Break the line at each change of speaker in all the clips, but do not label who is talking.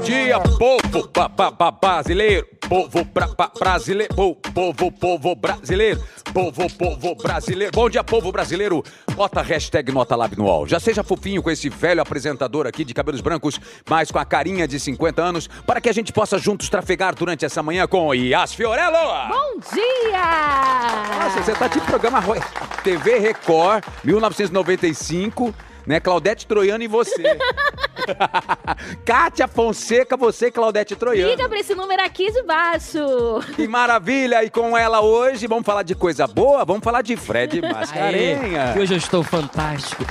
dia, povo ba, ba, ba, brasileiro, povo pra, pra, brasileiro, povo, povo, povo brasileiro, povo, povo brasileiro. Bom dia, povo brasileiro. Bota a hashtag nota lab no UOL. Já seja fofinho com esse velho apresentador aqui de cabelos brancos, mas com a carinha de 50 anos, para que a gente possa juntos trafegar durante essa manhã com Yas Fiorello.
Bom dia!
Nossa, você tá tipo programa Ro- TV Record, 1995, né? Claudete Troiano e você. Kátia Fonseca, você, Claudete Troiano.
Liga pra esse número aqui de baixo.
Que maravilha! E com ela hoje, vamos falar de coisa boa? Vamos falar de Fred
Aê,
Mascarenha.
que hoje eu estou fantástico.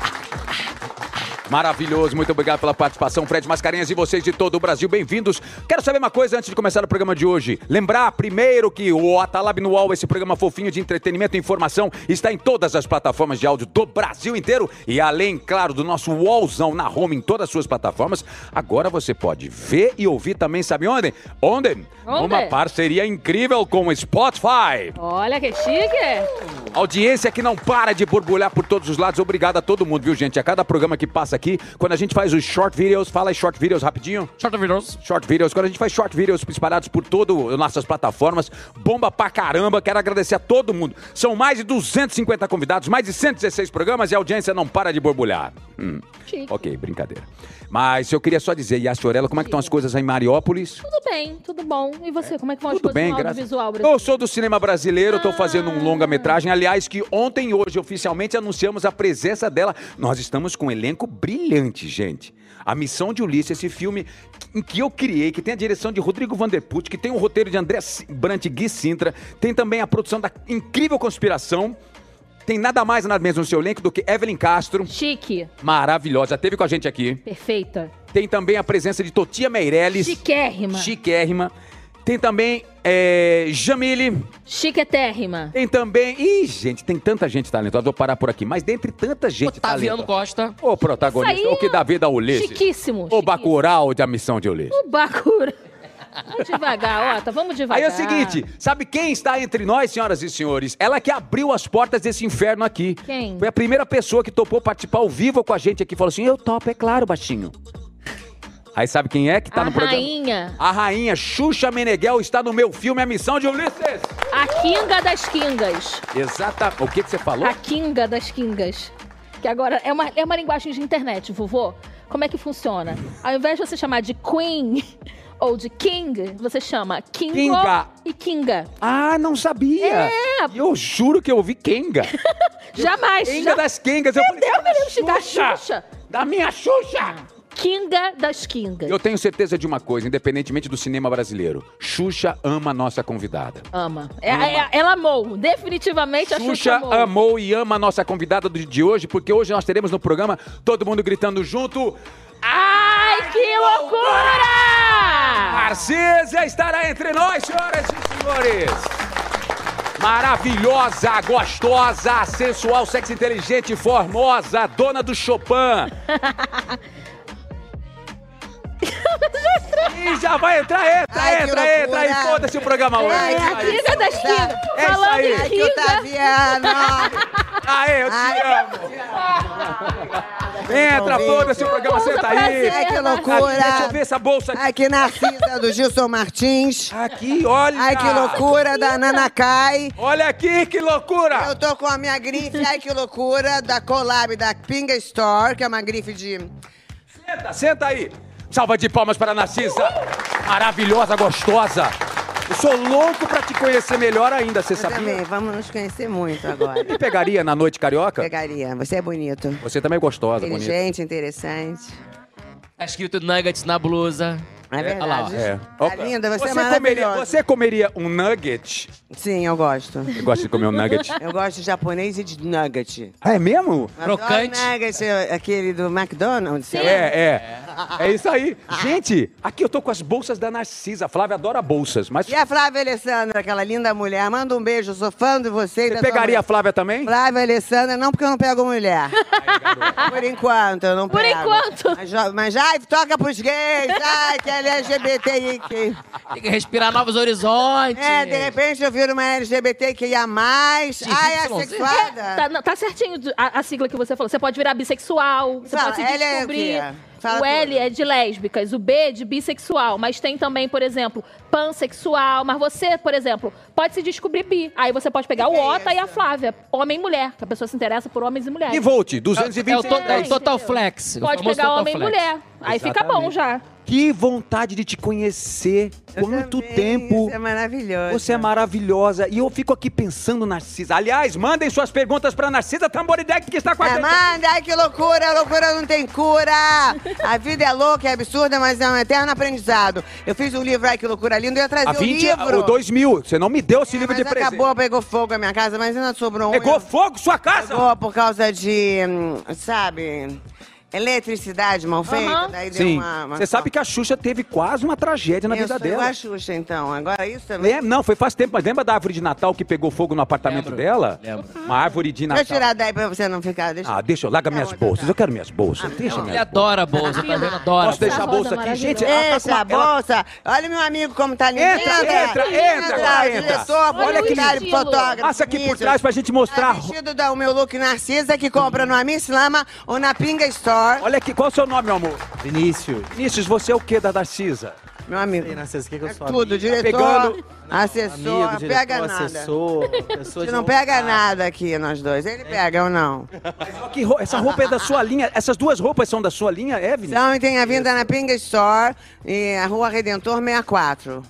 Maravilhoso, muito obrigado pela participação, Fred Mascarenhas e vocês de todo o Brasil, bem-vindos. Quero saber uma coisa antes de começar o programa de hoje. Lembrar primeiro que o Atalab no UOL, esse programa fofinho de entretenimento e informação, está em todas as plataformas de áudio do Brasil inteiro e além, claro, do nosso UOLzão na home em todas as suas plataformas. Agora você pode ver e ouvir também, sabe onde? Onde?
Onde?
Uma parceria incrível com o Spotify.
Olha que chique!
Audiência que não para de borbulhar por todos os lados. Obrigado a todo mundo, viu, gente? A cada programa que passa aqui, quando a gente faz os short videos, fala aí short videos rapidinho.
Short of videos.
Short videos, quando a gente faz short videos espalhados por todas as nossas plataformas, bomba pra caramba. Quero agradecer a todo mundo. São mais de 250 convidados, mais de 116 programas e a audiência não para de borbulhar. Hum,
Chique.
ok, brincadeira. Mas eu queria só dizer, Yas Fiorella, como é que estão as coisas aí em Mariópolis?
Tudo bem, tudo bom. E você, como é que vão as
Tudo
coisas
bem,
no
graças
audiovisual, Brasil?
Eu sou do cinema brasileiro, estou fazendo um longa-metragem. Aliás, que ontem e hoje oficialmente anunciamos a presença dela. Nós estamos com um elenco brilhante, gente. A Missão de Ulisses, esse filme em que eu criei, que tem a direção de Rodrigo Vanderput, que tem o roteiro de André C- Brant e Gui Sintra, tem também a produção da incrível conspiração. Tem nada mais nada menos no seu elenco do que Evelyn Castro,
Chique,
maravilhosa, teve com a gente aqui.
perfeita,
Tem também a presença de Totia Meirelles.
chiquérrima,
Chiquérrima. Tem também é, Jamile.
chiquetérrima.
Tem também. Ih, gente, tem tanta gente talentosa. Vou parar por aqui. Mas dentre tanta gente
Otaviano
talentosa.
Costa.
O protagonista,
Isso aí,
o que dá vida ao Ulisses.
Chiquíssimo.
O
chiquíssimo.
Bacurau de A Missão de Ulisses.
O Bacura. Vamos devagar, Ota, vamos devagar.
Aí é o seguinte, sabe quem está entre nós, senhoras e senhores? Ela que abriu as portas desse inferno aqui.
Quem?
Foi a primeira pessoa que topou participar ao vivo com a gente aqui. Falou assim, eu topo, é claro, baixinho. Aí sabe quem é que tá
a
no programa?
rainha,
A rainha Xuxa Meneghel está no meu filme A Missão de Ulisses.
a quinga das quingas.
Exatamente. O que, que você falou?
A quinga das quingas. Que agora é uma, é uma linguagem de internet, vovô. Como é que funciona? Ao invés de você chamar de queen ou de king, você chama kingo
Kinga.
e kinga.
Ah, não sabia.
É.
E Eu juro que eu ouvi Kenga.
Jamais.
Kenga das Kengas. Eu falei,
Deus,
"Cadê a
me livre, da Xuxa."
Da minha Xuxa.
Kinga das quingas.
Eu tenho certeza de uma coisa, independentemente do cinema brasileiro. Xuxa ama a nossa convidada.
Ama. É- é- ela amou. Definitivamente a Xuxa
Xuxa
amou.
amou e ama a nossa convidada do- de hoje, porque hoje nós teremos no programa todo mundo gritando junto.
Ai, que loucura!
Narcisa estará entre nós, senhoras e senhores. Maravilhosa, gostosa, sensual, sexy inteligente, formosa, dona do Chopin. e já vai entrar, entra,
Ai, que
entra, entra, e
loucura.
foda-se o programa hoje.
Ai,
É a
que
quinga das
É
quingas.
isso
Falando
aí.
em
Ai, que é
quinga,
Otaviano!
Aê, tá, eu te
Ai,
amo. Entra,
convite.
foda-se o programa,
Usa
senta
pra
aí.
ser.
Ai,
Aqui,
que
deixa eu ver
loucura!
essa bolsa aqui.
Ai, que Narcisa do Gilson Martins!
Aqui, olha.
Ai, que loucura da Nanakai!
Olha aqui, que loucura.
Eu tô com a minha grife, ai que loucura, da collab da Pinga Store, que é uma grife de.
Senta, senta aí. Salva de palmas para a Narcisa. Maravilhosa, gostosa. Eu sou louco pra te conhecer melhor ainda, você
Eu também,
sabia?
vamos nos conhecer muito agora.
Me pegaria na noite carioca?
Pegaria, você é bonito.
Você também é gostosa, bonita.
Inteligente, interessante.
Tá escrito nuggets na blusa.
É
olha lá, ó.
verdade.
É.
Tá linda, você, é
comeria,
maravilhosa.
você comeria um nugget?
Sim, eu gosto.
Eu gosto de comer um nugget.
Eu gosto de japonês e de nugget.
Ah, é mesmo?
Adoro
Crocante.
Nugget, aquele do McDonald's. sei lá.
É, é. É isso aí. Gente, aqui eu tô com as bolsas da Narcisa. A Flávia adora bolsas, mas
E a Flávia Alessandra, aquela linda mulher, manda um beijo, eu sou fã de você. e da
você
sua
pegaria a
mulher.
Flávia também?
Flávia Alessandra, não porque eu não pego mulher. Por enquanto, eu não
Por
pego.
enquanto.
Mas, jo- mas ai, toca pros gays, ai, que é LGBTIQ.
Tem que respirar novos horizontes.
É, de repente eu viro uma LGBTQIA+, ai, é
Y, Z.
sexuada.
Tá, não, tá certinho a, a sigla que você falou. Você pode virar bissexual, você
Fala,
pode se
ela é o
descobrir.
quê? Fala
o L
tudo.
é de lésbicas, o B é de bissexual, mas tem também, por exemplo, pansexual. Mas você, por exemplo, pode se descobrir bi. Aí você pode pegar
Que
o
que é
Ota e a
isso?
Flávia, homem e mulher, que a pessoa se interessa por homens e mulheres.
E Volt,
É o, to-
220
é o Total
entendeu?
Flex. o
Pode
famoso
pegar
Total
homem e
Flex.
mulher. Aí fica bom
Exatamente.
já.
Que vontade de te conhecer.
Eu
Quanto
também,
tempo.
Isso é maravilhoso.
Você é maravilhosa. E eu fico aqui pensando, Narcisa. Aliás, mandem suas perguntas pra Narcisa Tamboridec, que está com a gente.
Amanda, É, ai que loucura, loucura não tem cura. A vida é louca, é absurda, mas é um eterno aprendizado. Eu fiz um livro, ai que loucura lindo, eu ia trazer
A 20,
o um livro.
o 2000. Você não me deu esse
É,
livro
mas
de presente.
acabou, pegou fogo a minha casa, mas ainda sobrou um.
Pegou
Eu-
fogo sua casa?
Pegou por causa de, hum, sabe, eletricidade mal feita.
Aham.
Daí deu
Sim.
uma... uma-
Você sabe que a Xuxa teve quase uma tragédia na
eu
vida
sou
dela.
igual a Xuxa, então. Agora isso também.
Lem- Não, foi faz tempo, mas lembra da árvore de Natal que pegou fogo no apartamento
Lembro,
dela?
lembro.
Uma árvore de
Deixa
Natal.
eu tirar daí pra você não ficar. Deixa
Ah, deixa eu, larga minhas
Não,
bolsas.
tá.
Eu quero minhas bolsas. Deixa
Ele
minhas bolsas.
adora a bolsa, tá vendo? Adora.
Posso deixar a
rosa
bolsa aqui, gente? Ela tá com
Essa
uma- ela-
bolsa. Olha meu amigo como tá lindo.
Entra, entra, entra,
entra.
entra.
Diretor,
Olha
olha
que
que
lindo.
fotógrafo.
Passa aqui por
mídia.
trás pra gente mostrar.
Tá vestido do meu look Narcisa, que compra no Amis Lama ou na Pinga Store.
Olha aqui, qual é o seu nome, meu amor?
Vinícius.
Vinícius, você é o quê da Narcisa?
Meu
Ei,
amigo.
né,
Narciso, o que, que eu
É
sou?
tudo,
amigo?
diretor,
Tá pegando-
assessor,
Amigo, diretor,
pega nada.
assessor, pessoa
A gente
de um-
não
um
bom
pega
trato.
nada aqui, nós dois. Ele pega ou não?
Que roupa- essa roupa é da sua linha? Essas duas roupas são da sua linha, é, Vinícius?
Então, e tem a vinda na Pinga Store, e a Rua Redentor 64.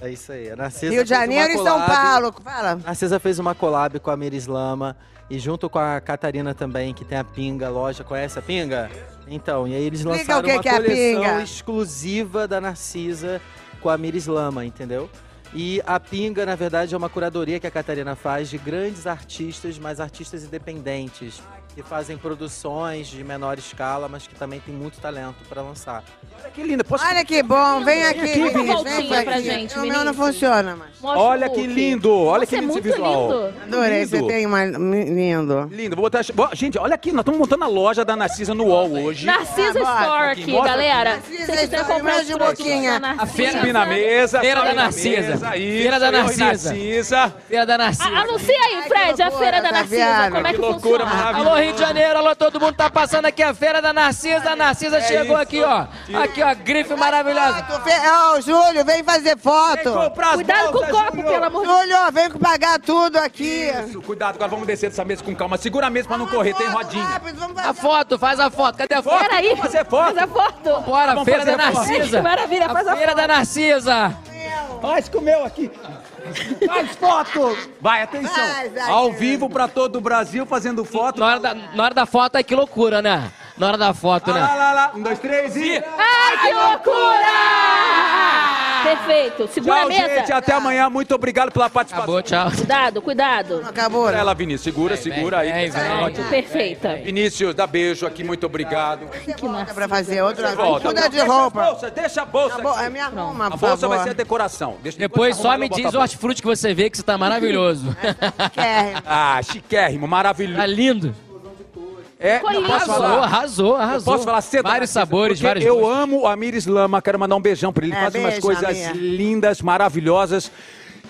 É isso aí. A Narcisa
Rio
fez
de Janeiro
uma
e São
collab-
Paulo. Fala.
A Narcisa fez uma collab com a Miris Lama e junto com a Catarina também, que tem a Pinga loja. Conhece a Pinga? Então, e aí eles
Explica
lançaram
o que
uma
que é a
coleção
Pinga.
exclusiva da Narcisa com a Miris Lama, entendeu? E a Pinga, na verdade, é uma curadoria que a Catarina faz de grandes artistas, mas artistas independentes, que fazem produções de menor escala, mas que também tem muito talento para lançar.
Olha que linda. Posso...
Olha que bom, vem aqui.
aqui,
Vinícius,
Vinícius.
vem
Voltinha
aqui.
pra gente,
o meu não
Vinícius.
funciona, mas.
Mostra o
Olha que
look.
lindo. Olha
Nossa,
que
é
lindo esse
muito
visual.
lindo.
Adorei,
Lindo.
você tem uma. Lindo.
Lindo, vou botar. Bom, Gente, olha aqui, nós estamos montando a loja da Narcisa no UOL hoje.
Narcisa
Bora,
Store aqui,
bora.
galera.
Narcisa
Se quiser
Store,
comprar
mais de
os produtos
boquinha.
da
A
feira-
Subi na mesa.
Feira
sobe
da
na
Narcisa.
mesa, isso,
Feira da
eu e
Narcisa.
Narcisa.
Feira da Narcisa.
A- Anuncia aí,
que
Fred, a
loucura,
feira da
tá
Narcisa.
vendo?
Como é que
Que loucura
funciona?
maravilhosa.
Alô, Rio de Janeiro, alô, todo mundo tá passando aqui a feira da Narcisa. A Narcisa chegou
É isso.
aqui, ó. Aqui, ó, grife maravilhosa.
Foto, fe- Ó, Júlio, vem fazer foto.
Comprar as
Cuidado com o
bolsas,
copo,
Júnior.
pelo amor de Deus.
Júlio, vem pagar tudo aqui.
Isso, cuidado, agora vamos descer dessa mesa com calma. Segura a mesa pra não correr, tem
Foto,
rodinha.
Rápido, vamos
A
fazer.
foto, faz a foto. Cadê a foto?
Foto.
Peraí.
Fazer foto.
Faz a foto.
Bora,
Vamos
feira da
fazer a foto.
Narcisa.
Que maravilha, faz a
Feira
foto.
da Narcisa.
Faz comeu aqui. Faz foto. Vai, atenção.
Vai, vai.
Ao vivo pra todo o Brasil fazendo foto.
Na hora da, na hora da foto, é que loucura, né? Na hora da foto,
Lá,
né?
lá, lá. Um, dois, três e...
Ai, que loucura! Perfeito. Segura a
Tchau,
mesa.
gente. Até amanhã. Muito obrigado pela participação.
Ah. Acabou, tchau.
Cuidado, cuidado.
Acabou.
Ela, Vinícius. Segura, segura
vem,
aí.
vem, vem.
Ótimo.
Perfeita.
Vinícius, dá beijo aqui. Muito obrigado.
Que
Dá
massa.
pra fazer outra.
Volta.
Muda de
Deixa as
roupa.
bolsas, deixa a bolsa.
Tá bom,
aqui.
é, Me arruma,
A
por
bolsa vai
favor.
ser a decoração. Deixa-
Depois só
arruma,
me
eu vou
diz o
botar a
hortifruti que você vê, que você tá maravilhoso.
Quer.
bolsa. Ah, chiquérrimo, maravilhoso.
tá lindo.
É,
Ficou
não,
lindo.
posso
Arrasou,
falar?
arrasou, arrasou.
Posso falar cedo?
Vários
Narcisa?
sabores,
Porque
vários
Eu
gostos.
amo a Miris Lama, quero mandar um beijão pra ele. Ele
É,
faz umas
beijo,
coisas
Amir.
lindas, maravilhosas.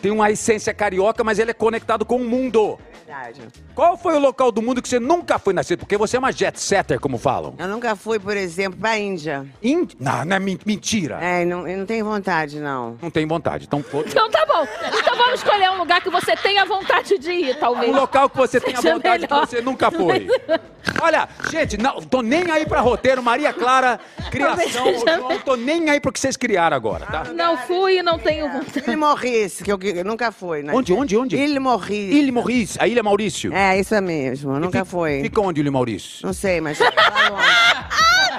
Tem uma essência carioca, mas ele é conectado com o mundo.
Verdade.
Qual foi o local do mundo que você nunca foi nascido? Porque você é uma jet setter, como falam.
Eu nunca fui, por exemplo, pra Índia.
Ind- Não, não é men- mentira.
É, e não, e não tenho vontade, não.
Não tem vontade. Então, foda
Então tá bom. Então vamos escolher um lugar que você tenha vontade de ir, talvez.
Um local que você tenha
Seja
vontade
melhor.
que você nunca foi. Olha, gente, não tô nem aí pra roteiro, Maria Clara, criação,
Talvez
ô,
seja
João, tô nem aí pro que vocês criaram agora, tá?
Não fui e não tenho vontade.
Ele morrisse, que eu, que eu nunca fui, né?
Onde, onde, onde?
Ele morrisse.
Ilha Maurício, a Ilha Maurício.
É, isso mesmo. Eu
Fica-
nunca fui.
Fica onde, Ilha Maurício?
Não sei, mas fica longe.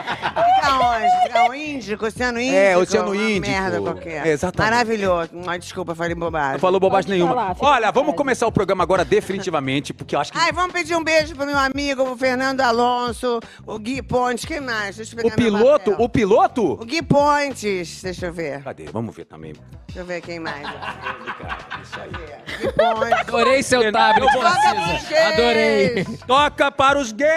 Fica onde? Fica o Índico, Oceano Índico.
É, Oceano
uma
Índico.
merda qualquer.
É, exatamente.
Maravilhoso. Ai, desculpa, falei bobagem.
Não falou bobagem
Pode
nenhuma.
falar, fica à
Olha, vamos
vontade.
começar o programa agora definitivamente, porque eu acho que
Ai, vamos pedir um beijo pro meu amigo, o Fernando Alonso, o Gui Pontes. Quem mais? Deixa eu
o
pegar meu
piloto,
papel.
o Tá. piloto...
O Gui Pontes. Deixa eu ver.
Cadê? Vamos ver também.
Deixa eu ver quem mais.
Tá, Cara, tá, isso aí.
Gui Pontes.
Adorei seu tablet,
Eu vou-
Narcisa. Adorei.
Toca para os gays!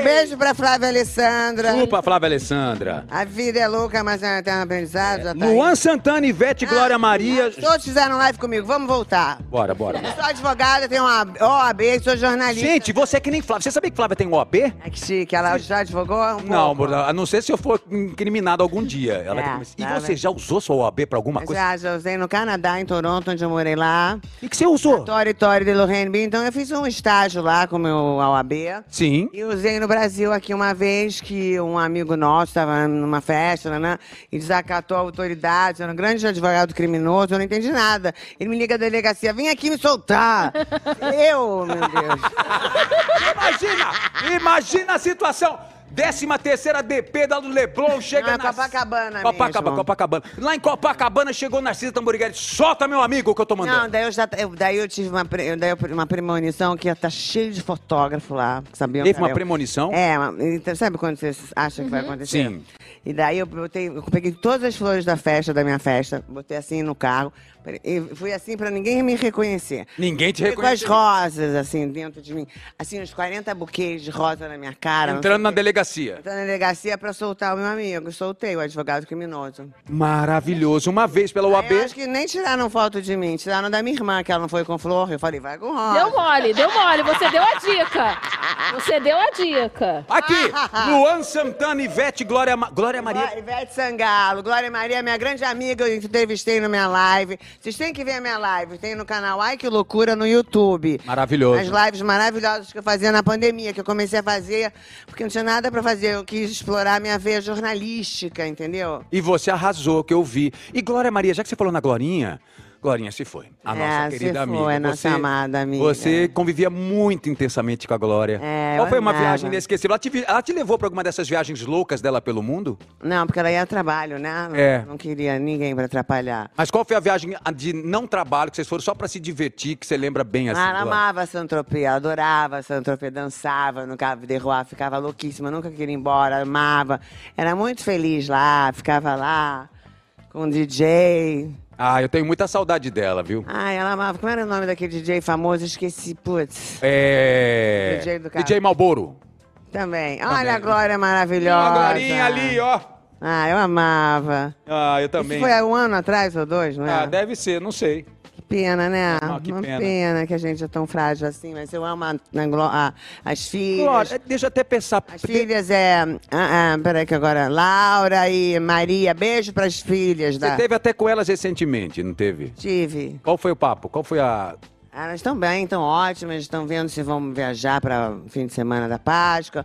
Um beijo pra Flávia Alessandra.
Desculpa, Flávia Flávia Alessandra.
A vida é louca, mas a eterna
É,
aprendizado já tá aí.
Luan Santana, Ivete, Glória Maria.
Ah, Todos fizeram live comigo, vamos voltar.
Bora, bora.
Eu sou advogada, tenho uma OAB, sou jornalista.
Gente, você é que nem Flávia. Você sabia que Flávia tem OAB?
Ai, que chique, ela já advogou um
Não,
pouco.
amor, a não ser se eu for incriminado algum dia. Ela
É,
tem que-
tá
E você
vendo?
já usou sua OAB pra alguma coisa?
ah, Já, já usei no Canadá, em Toronto, onde eu morei lá.
E que você usou?
Tori Tori de Lorraine B. Então eu fiz um estágio lá com o meu OAB.
Sim.
E usei no Brasil aqui uma vez que um amigo nosso estava numa festa né, e desacatou a autoridade. Era um grande advogado criminoso, eu não entendi nada. Ele me liga à delegacia: vem aqui me soltar. eu, meu Deus.
Imagina! Imagina a situação! 13 terceira DP da do Leblon chega
Não, é
na...
Copacabana
Copacabana,
mesmo.
Copacabana. Lá em Copacabana chegou Narcisa Tamborighetti. Solta, meu amigo, que eu tô mandando.
Não, daí eu, já, eu- daí eu tive uma, pre- eu- daí eu- uma premonição que ia tá cheio de fotógrafo lá. Sabia
Teve uma premonição?
É, uma- então, sabe quando você acha que vai acontecer?
Sim.
E daí eu, botei, eu peguei todas as flores da festa, da minha festa, botei assim no carro. E fui assim pra ninguém me reconhecer.
Ninguém te
Fiquei com as
reconheceu.
rosas, assim, dentro de mim. Assim, uns 40 buquês de rosa na minha cara. não sei
Entrando na
o quê.
delegacia.
Entrando na delegacia pra soltar o meu amigo. Soltei o advogado criminoso.
Maravilhoso. Uma vez pela
Aí
UAB.
Eu acho que nem tiraram foto de mim, tiraram da minha irmã, que ela não foi com flor. Eu falei, vai com rosa.
Deu mole, deu mole. Você deu a dica. Você deu a dica.
Aqui, Luan Santana, Ivete, Glória, Ma- Glória Maria.
Glória- Ivete Sangalo, Glória Maria, minha grande amiga, eu entrevistei na minha live. Vocês têm que ver a minha live, tem no canal Ai Que Loucura no YouTube.
Maravilhoso.
As lives maravilhosas que eu fazia na pandemia, que eu comecei a fazer, porque não tinha nada pra fazer, eu quis explorar a minha veia jornalística, entendeu?
E você arrasou, que eu vi. E Glória Maria, já que você falou na Glorinha, Glorinha se foi. A
É,
nossa
se
querida
foi,
amiga.
a nossa amada amiga.
Você convivia muito intensamente com a Glória.
É,
Qual
eu
foi uma
amava.
viagem inesquecível? Ela te, vi- ela te levou pra alguma dessas viagens loucas dela pelo mundo?
Não, porque ela ia a trabalho, né? Não,
É.
não queria ninguém pra atrapalhar.
Mas qual foi a viagem de não trabalho que vocês foram só pra se divertir, que você lembra bem assim?
Ah, ela
Glória?
amava Saint-Tropez, ela adorava Saint-Tropez, dançava no Cabo de Roa, ficava louquíssima, nunca queria ir embora, amava. Era muito feliz lá, ficava lá com o DJ.
Ah, eu tenho muita saudade dela, viu?
Ai, ela amava. Como era o nome daquele DJ famoso? Esqueci, putz.
É.
DJ do carro.
Malboro.
Também. Olha a
Também.
Glória
A
maravilhosa.
Glorinha ali, ó.
Ah, eu amava.
Ah, eu
Isso
também.
foi há um ano atrás ou dois, não é?
Ah, deve ser, não sei.
Que pena, né?
Não, que
Uma
pena.
que a gente é tão frágil assim, mas eu amo a, a Glo- a- as filhas.
Glória, deixa eu até pensar.
As filhas é. Ah, ah, peraí que agora. Laura e Maria. Beijo pras filhas
Você
da.
teve até com elas recentemente, não teve?
Tive.
Qual foi o papo? Qual foi a.
Ah, Elas estão bem, estão ótimas, estão vendo se vão viajar para fim de semana da Páscoa,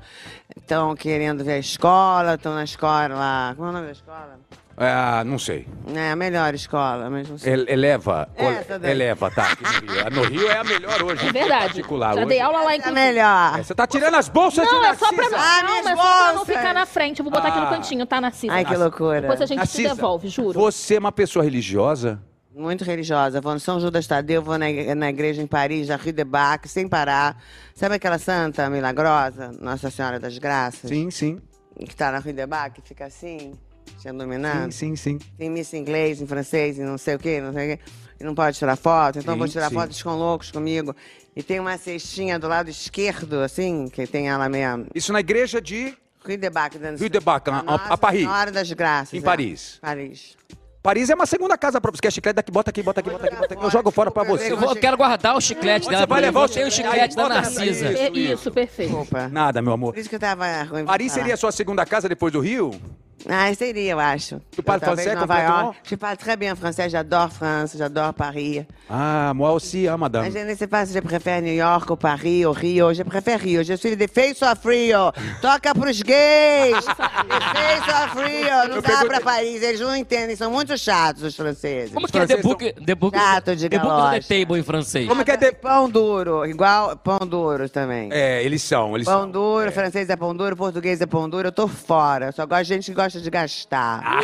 estão querendo ver a escola, estão na escola lá. Como é o nome da escola?
Ah, não sei.
É a melhor escola, mas não sei.
El- eleva.
É,
Col-
essa daí.
eleva, tá. Aqui no, Rio. Ah, no Rio é a melhor hoje.
É verdade.
Particular,
Já
hoje.
dei aula lá em
É a
Cumbuca.
melhor.
É, Você tá tirando as bolsas de
Não, é
Narcisa.
só pra não,
Ah,
não,
minhas
é só pra não
bolsas.
ficar na frente. Eu vou botar aqui no
Ah.
cantinho, tá, Narcisa?
Ai, que loucura.
Depois a gente
Narcisa,
te devolve, juro.
Você é uma pessoa religiosa?
Muito religiosa. Vou no São Judas Tadeu, vou na, igre- na igreja em Paris, na Rue de Bac, sem parar. Sabe aquela santa milagrosa, Nossa Senhora das Graças?
Sim, sim.
Que tá na Rue de Bac, fica assim, te iluminando.
Sim, sim, sim.
Tem missa em inglês, em francês, em não sei o quê, não sei o quê. E não pode tirar foto, então
Sim,
vou tirar
sim.
fotos com loucos comigo. E tem uma cestinha do lado esquerdo, assim, que tem ela meia.
Isso na igreja de
Rue de Bac, dando
Rue de Bac, a- a- a Paris.
Senhora das Graças.
Em
é.
Paris.
Paris.
Paris é uma segunda casa pra você. Quer chiclete daqui, bota aqui, bota aqui, bota aqui, bota aqui. Eu jogo fora pra você.
Eu vou- eu quero guardar o chiclete dela.
Você vai
pra mim.
levar o
Eu tenho
chiclete, aí,
chiclete da
bota
Narcisa.
aí. Isso,
É isso,
isso.
perfeito.
Desculpa.
Nada, meu amor.
Por isso que eu tava ruim. pra
Paris
falar.
seria a sua segunda casa depois do Rio?
Ah, seria, eu acho.
Tu parles
Eu, talvez,
français
Nova
complètement?
York. Je parle très bien français, j'adore France, j'adore Paris.
Ah, moi aussi, ah, madame.
Ah, Je ne sais pas si je préfère New York ou Paris ou Rio. Je préfère Rio. Je suis de Face of Rio. Toca pros gays. De Face of Rio. Não
Eu
dá
perguntei-
pra Paris. Eles não entendem. São muito chatos os franceses.
Como que é The
franceses
Book, the book,
Chato de
the book on the
galocha.
Table em francês?
Como que é, de...
Pão duro. Igual pão duro também.
é, eles são, eles
Pão
são.
duro, francês é pão duro, português é pão duro, eu tô fora. Só gosto de gente que gosta de gastar.
Ah.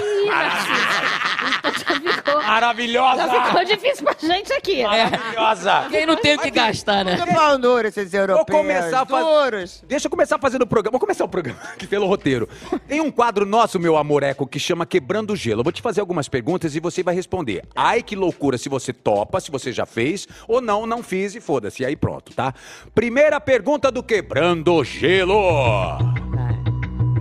Maravilhosa!
Já ficou difícil pra gente aqui.
Maravilhosa!
É. Quem não tem o que gastar, né?
Muito pão duro, esses europeus.
começar a faz-
Duros.
Deixa eu começar fazendo o programa. Vou começar o programa aqui pelo roteiro. Tem um quadro nosso, meu amor eco, que chama Quebrando o Gelo. Eu vou te fazer algumas perguntas e você vai responder. Ai, que loucura, se você topa, se você já fez, ou não, não fiz e foda-se. Aí pronto, tá? Primeira pergunta do Quebrando o Gelo.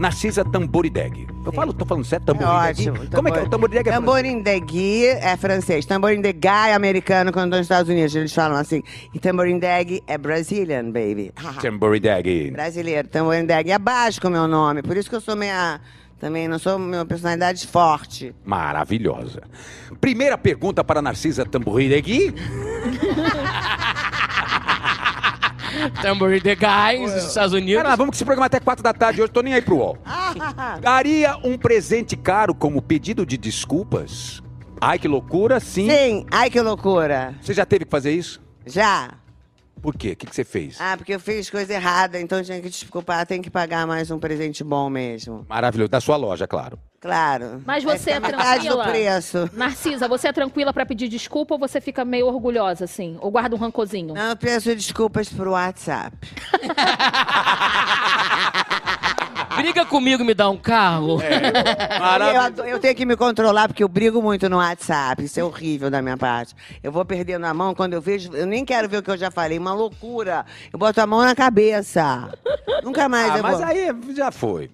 Narcisa Tamborideg. Eu falo, tô falando certo? Tamborideg?
É ótimo,
Como é que é? O Tamborideg é
Tamborim de Gui é francês. Tamborim de Guy é americano quando estão nos Estados Unidos. Eles falam assim. E tamborim de Gui é Brazilian, baby.
Tamborideg.
Brasileiro. Tamborim de Gui é basco meu nome. Por isso que eu sou meia... Também não sou minha personalidade forte.
Maravilhosa. Primeira pergunta para Narcisa Tamborideg.
Tambourine the Guy, nos Estados Unidos.
Cara, vamos que esse programa é até quatro da tarde hoje, tô nem aí pro UOL. Daria um presente caro como pedido de desculpas? Ai, que loucura, sim.
Sim. Ai, que loucura.
Você já teve que fazer isso?
Já.
Por quê? O que, que você fez?
Ah, porque eu fiz coisa errada, então tinha que desculpar, tem que pagar mais um presente bom mesmo.
Maravilhoso. Da sua loja, claro.
Claro.
Mas
Vai
você
ficar
é
metade do
tranquila?
preço.
Narcisa, você é tranquila pra pedir desculpa ou você fica meio orgulhosa, assim? Ou guarda um rancorzinho?
Não, eu peço desculpas pro WhatsApp.
Briga comigo, me dá um carro.
É.
Eu,
Maravilhoso.
ado- eu tenho que me controlar porque eu brigo muito no WhatsApp. Isso é horrível da minha parte. Eu vou perdendo a mão quando eu vejo. Eu nem quero ver o que eu já falei. Uma loucura. Eu boto a mão na cabeça. Nunca mais
Ah,
eu
mas
vou.
aí já foi.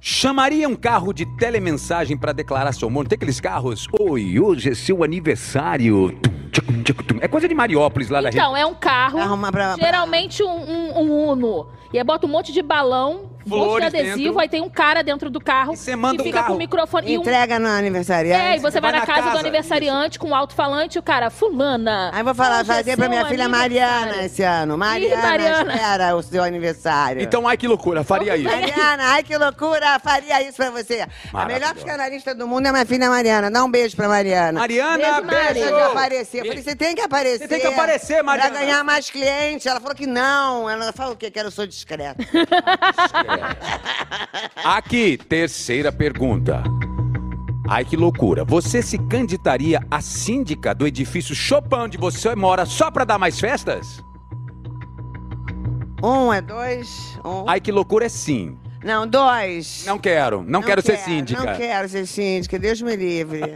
Chamaria um carro de telemensagem para declarar seu amor? Tem aqueles carros? Oi, hoje é seu aniversário. Tum, tchacum, tchacum, tum. É coisa de Mariópolis lá da
Então, é um carro,
Arruma pra- pra-
geralmente um, um- um Uno. E aí bota um monte de balão, um monte de
Flores
adesivo,
dentro.
aí tem um cara dentro do carro
E você manda
que
o
fica
carro.
com o microfone e um...
Entrega no
É, e
aniversariante.
você vai, na casa, do aniversariante com o alto-falante e o cara, fulana.
Aí eu vou falar,
hoje é
fazer pra
seu
minha filha Mariana
aniversário.
esse ano. Mariana,
Mariana.
espera o seu aniversário.
Então, ai que loucura, faria isso.
Mariana, ai que loucura, faria isso pra você. A melhor
Maravilhosa.
psicanalista do mundo é minha filha Mariana. Dá um beijo pra Mariana.
Mariana,
Beijo,
beijo!
Mari.
Essa de aparecer. Eu falei, você tem que aparecer.
Você tem que aparecer, Mariana.
Pra ganhar mais cliente. Ela falou que não. Ela falou o quê? Que eu sou discreta.
Aqui, terceira pergunta. Ai, que loucura. Você se candidaria a síndica do edifício Chopin, onde você mora, só pra dar mais festas?
Um é dois. Um.
Ai, que loucura é sim.
Não, dois.
Não quero, não, quero, ser síndica.
Não quero ser síndica. Deus me livre.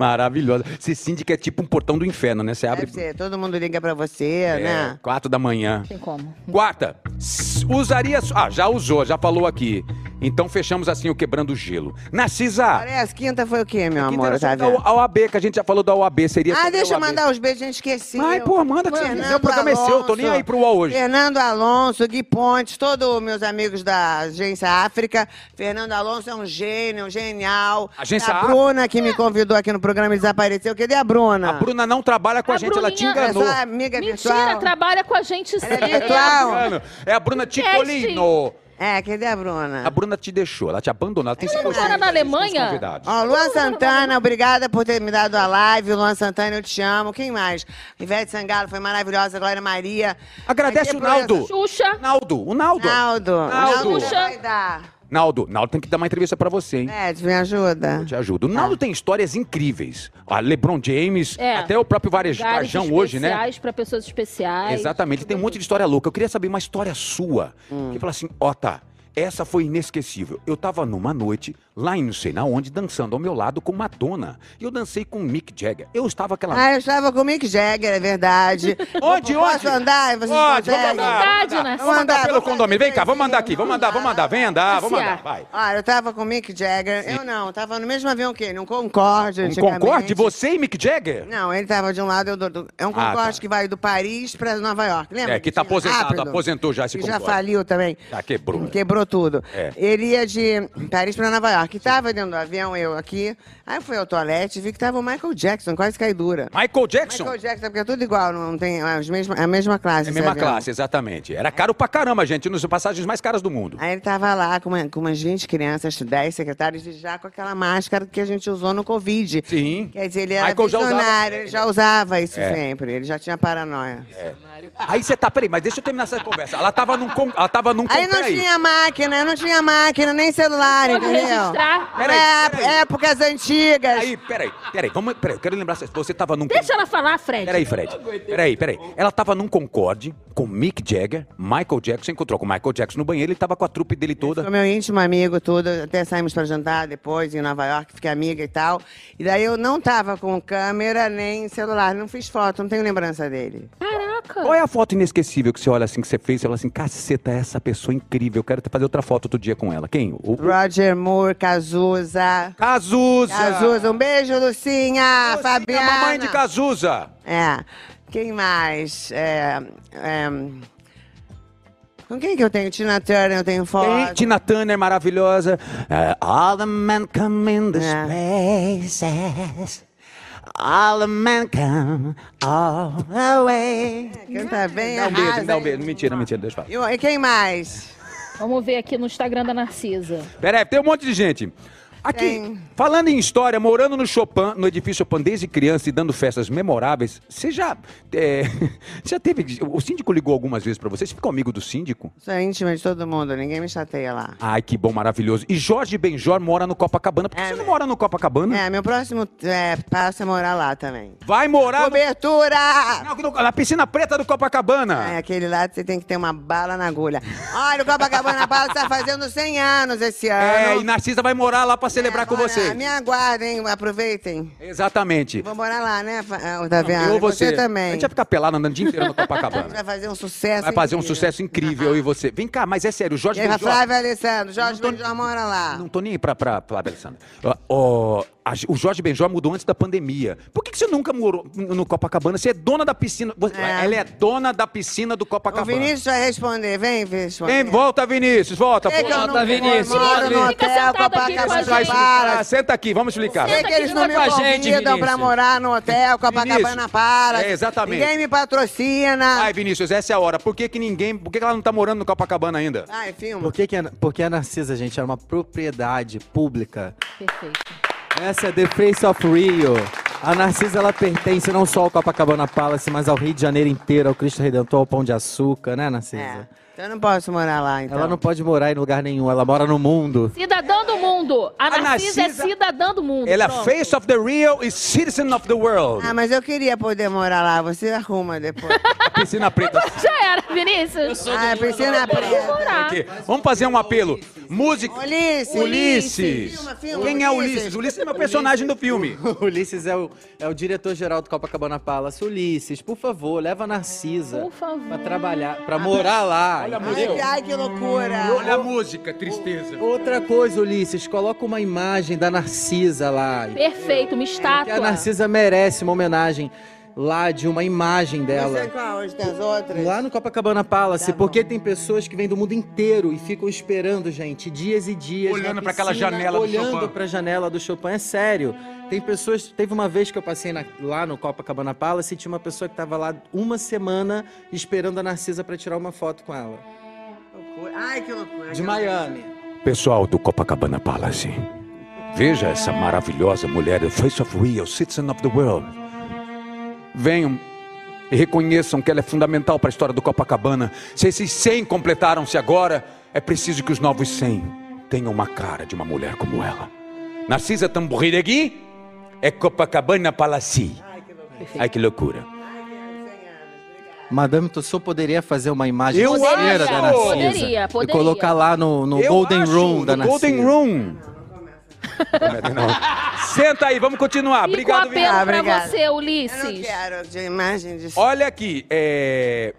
Maravilhosa. Ser síndica é tipo um portão do inferno, né? Você abre.
Deve ser. Todo mundo liga pra você,
é,
né?
Quatro da manhã.
Não tem como.
Quarta, s- usaria. su- Ah, já usou, já falou aqui. Então fechamos assim o quebrando o gelo. Narcisa!
Parece. Quinta foi o quê, meu
que
amor? Tá
interessante,
vendo?
a OAB, que a gente já falou da OAB, seria.
Ah,
sobre a
deixa eu
OAB.
mandar os beijos, a gente esqueceu.
Ai, pô, manda que
Fernando
seu programa é seu, eu tô nem aí pro UOL hoje.
Fernando Alonso, Gui Pontes, todos meus amigos da Agência África. Fernando Alonso é um gênio, um genial.
Agência
a
África?
Bruna, que me convidou aqui no programa e desapareceu. Cadê a Bruna?
A Bruna não trabalha com a,
A
gente, ela te
Bruninha-
enganou.
É só amiga
Mentira,
virtual.
trabalha com a gente sim.
Ela é virtual.
Mano, É a Bruna Ticolino.
É, cadê a Bruna?
A Bruna te deixou, ela te abandonou. Ela, tem
Ela não
seus-
mora na Alemanha?
seus convidados.
Ó, Luan Santana, obrigada por ter me dado a live. Luan Santana, eu te amo. Quem mais? Ivete Sangalo foi maravilhosa. Glória Maria.
Agradece
Aqui é
o Naldo.
Xuxa.
Naldo, o Naldo.
Naldo.
Naldo.
Naldo vai dar.
Naldo, Naldo tem que dar uma entrevista pra você, hein?
É, Tá. me ajuda.
Eu te ajudo. O Naldo tem histórias incríveis. A LeBron James,
É.
até o próprio varejo,
Lugares
Varejão hoje, né?
especiais pra pessoas especiais.
Exatamente, tem um monte de história louca. Eu queria saber uma história sua. Que fala assim, ó, tá, essa foi inesquecível. Eu tava numa noite, lá em não sei na onde, dançando ao meu lado com Madonna. E eu dancei com Mick Jagger. Eu estava aquela...
Ah, eu estava com o Mick Jagger, é verdade.
Onde,
eu
onde?
posso andar? Vocês
Pode, vamos
conseguem?
andar.
Vontade,
vamos
né?
andar. Vamos andar
Vamos
pelo
andar.
condomínio. Vem cá, vamos andar aqui, vamos andar, vamos andar. Vem andar, vamos
Passear.
andar, vai.
Olha, eu estava com o Mick Jagger. Eu não, estava no mesmo avião que ele, um Concorde
Um
antigamente.
Concorde, você e Mick Jagger?
Não, ele estava de um lado, eu do outro. É um
Ah,
Concorde
tá.
que vai do Paris para Nova York, lembra?
É, que tá
tinha?
aposentado,
Rápido.
aposentou já esse
Que já
Concorde.
faliu também.
Já quebrou.
Quebrou tudo.
É.
Ele ia de Paris para Nova York. E tava dentro do avião, eu aqui. Aí eu fui ao toalete e vi que tava o Michael Jackson, quase caí dura.
Michael Jackson?
Michael Jackson, porque é tudo igual, não tem é as mesma, a mesma classe.
É a
esse
mesma
avião.
classe, exatamente. Era caro pra caramba, gente, nos passagens mais caras do mundo.
Aí ele tava lá com, uma- com umas 20 crianças, 10 secretários, e já com aquela máscara que a gente usou no Covid.
Sim.
Quer dizer, ele era
Michael já usava- É.
visionário, ele já usava isso sempre, ele já tinha paranoia.
Aí você tá, peraí, mas deixa eu terminar essa conversa. Ela tava num. con- Ela tava num. con-
Aí não
Então, peraí.
tinha máquina, não tinha máquina, nem celular,
Pode
entendeu?
registrar.
Peraí,
É,
peraí.
Épocas antigas.
Aí, peraí, peraí, vamos, peraí, eu quero lembrar, essa- você tava num. con-
Deixa ela falar, Fred.
Peraí, Fred. Peraí, peraí. Ela tava num Concorde com Mick Jagger, Michael Jackson, encontrou com Michael Jackson no banheiro, ele tava com a trupe dele
Foi
toda.
meu íntimo amigo, tudo. Até saímos pra jantar depois em Nova York, fiquei amiga e tal. E daí eu não tava com câmera nem celular, não fiz foto, não tenho lembrança dele.
Caraca.
Qual é a foto inesquecível que você olha assim, que você fez, você fala assim, caceta, essa pessoa é incrível, eu quero fazer outra foto outro dia com ela. Quem? O... o-
Roger Moore, Cazuza.
Cazuza!
Cazuza, um beijo, Lucinha,
Você é
Fabiana.
A mamãe de Cazuza!
É. Quem mais? É, é, Com quem que eu tenho? Tina Turner, eu tenho foto.
Tem Tina Turner maravilhosa. É, all the men come in the
É.
spaces. All the men come all the way.
Canta bem,
Dá um beijo,
arrasa,
me dá um
hein?
beijo. Mentira, mentira, deixa eu falar.
E o- E quem mais?
Vamos ver aqui no Instagram da Narcisa.
Peraí, tem um monte de gente. Aqui,
Tem.
falando em história, morando no Chopin, no edifício Chopin desde criança e dando festas memoráveis, você já. é, já teve. O síndico ligou algumas vezes pra você? Você ficou amigo do síndico?
Sou íntima de todo mundo, ninguém me chateia lá.
Ai, que bom, maravilhoso. E Jorge Benjor mora no Copacabana. Por que
É,
você não
né?
mora no Copacabana?
É, meu próximo é, passo é morar lá também.
Vai morar no
Cobertura!
Não, no- na piscina preta do
É,
Copacabana.
aquele lá você tem que ter uma bala na agulha. Olha, o Copacabana Palace tá fazendo 100 anos esse ano.
É, e Narcisa vai morar
É,
lá pra celebrar com
Bora,
você.
Me aguardem, aproveitem.
Exatamente.
Vou morar lá, né, Fa- ah, Otaviano?
Eu,
E você,
A
também.
gente vai ficar pelado andando o dia inteiro no
A gente
Copacabana.
vai fazer um sucesso.
Vai fazer um
incrível.
sucesso incrível, eu e você. Vem cá, mas é sério, o
E
Jorge
aí, a
Benjor-
Flávia Alessandro, Jorge
Não tô-
Benjor mora lá.
Não tá tô nem aí pra, pra, pra Alessandra. Ó, ó, a G- o Jorge Benjó mudou antes da pandemia. Por que, que você nunca morou no Copacabana? Você é dona da piscina. Você-
É.
Ela é dona da piscina do
O
Copacabana.
Vinícius vai responder, vem, Vinícius.
Vem, volta, Vinícius, volta.
Por que
pô.
que eu não
Volta, Vinícius,
vou?
volta,
Moro no
Vinícius.
Fica
hotel,
sentado aqui com a
Copacabana
Vai explicar.
gente.
Palace.
Senta aqui, vamos explicar.
Por que, que eles não me
com a gente,
convidam pra
Vinícius.
morar no hotel Copacabana
Vinícius.
Palace?
É, exatamente.
Ninguém me patrocina.
Ai, Vinícius, essa é a hora. Por que, que ninguém. Por que, que ela não tá morando no Copacabana ainda?
Ai, filma.
Por que, que a, porque a Narcisa, gente, era uma propriedade pública.
Perfeito.
Essa é The Face of Rio. A Narcisa, ela pertence não só ao Copacabana Palace, mas ao Rio de Janeiro inteiro, ao Cristo Redentor, ao Pão de Açúcar, né, Narcisa?
É. Então eu não posso morar lá, então.
Ela não pode morar em lugar nenhum, ela mora no mundo.
Cidadã do mundo. A
A
Narcisa,
Narcisa-
é cidadã do mundo.
Ela é
Pronto.
face of the real e citizen of the world.
Ah, mas eu queria poder morar lá. Você arruma depois.
A piscina preta.
Já era, Vinícius.
ah, eu pensei na preta.
Morar.
Aqui. Vamos fazer um apelo. Música.
Ah. Ulisses.
Ulisses.
Filma, filma,
Quem é
Ulisses.
Ulisses? Ulisses é meu personagem do filme.
O Ulisses é o, é o diretor-geral do Copacabana Palace. Ulisses, por favor, leva a Narcisa.
Por favor.
Pra trabalhar, pra morar lá.
Olha a
entendeu?
Ai, ai, que loucura.
é Olha a música, tristeza.
Outra coisa, Ulisses, coloca uma imagem da Narcisa lá.
Perfeito, uma
Que a
estátua.
Narcisa merece uma homenagem lá de uma imagem
Não sei
dela.
qual, hoje tem as outras.
Lá no Copacabana Palace,
Tá bom.
porque tem pessoas que vêm do mundo inteiro e ficam esperando, gente, dias e dias.
Olhando
na
pra aquela
piscina,
janela do
olhando
Chopin.
pra janela do Chopin. É sério. Tem pessoas. Teve uma vez que eu passei na- lá no Copacabana Palace e tinha uma pessoa que tava lá uma semana esperando a Narcisa pra tirar uma foto com ela.
Loucura. Ai, que loucura.
De
Que
Miami.
Pessoal do Copacabana Palace, veja essa maravilhosa mulher, the face of real, citizen of the world. Venham e reconheçam que ela é fundamental para a história do Copacabana. Se esses 100 completaram-se agora, é preciso que os novos 100 tenham uma cara de uma mulher como ela. Narcisa Tamburriregui é Copacabana Palace. Ai que loucura.
Madame Tussauds poderia fazer uma imagem
Eu
inteira
acho!
da Narcisa.
Poderia,
E
poderia.
colocar lá no, no
Eu
Golden
acho,
Room da
no
Narcisa.
Golden Room. é Senta aí, vamos continuar.
Fica o
Obrigado,
apelo
Vinhal.
Vinhal.
pra
Obrigado.
você,
Eu não
Ulisses.
quero de imagem de...
Olha aqui, é...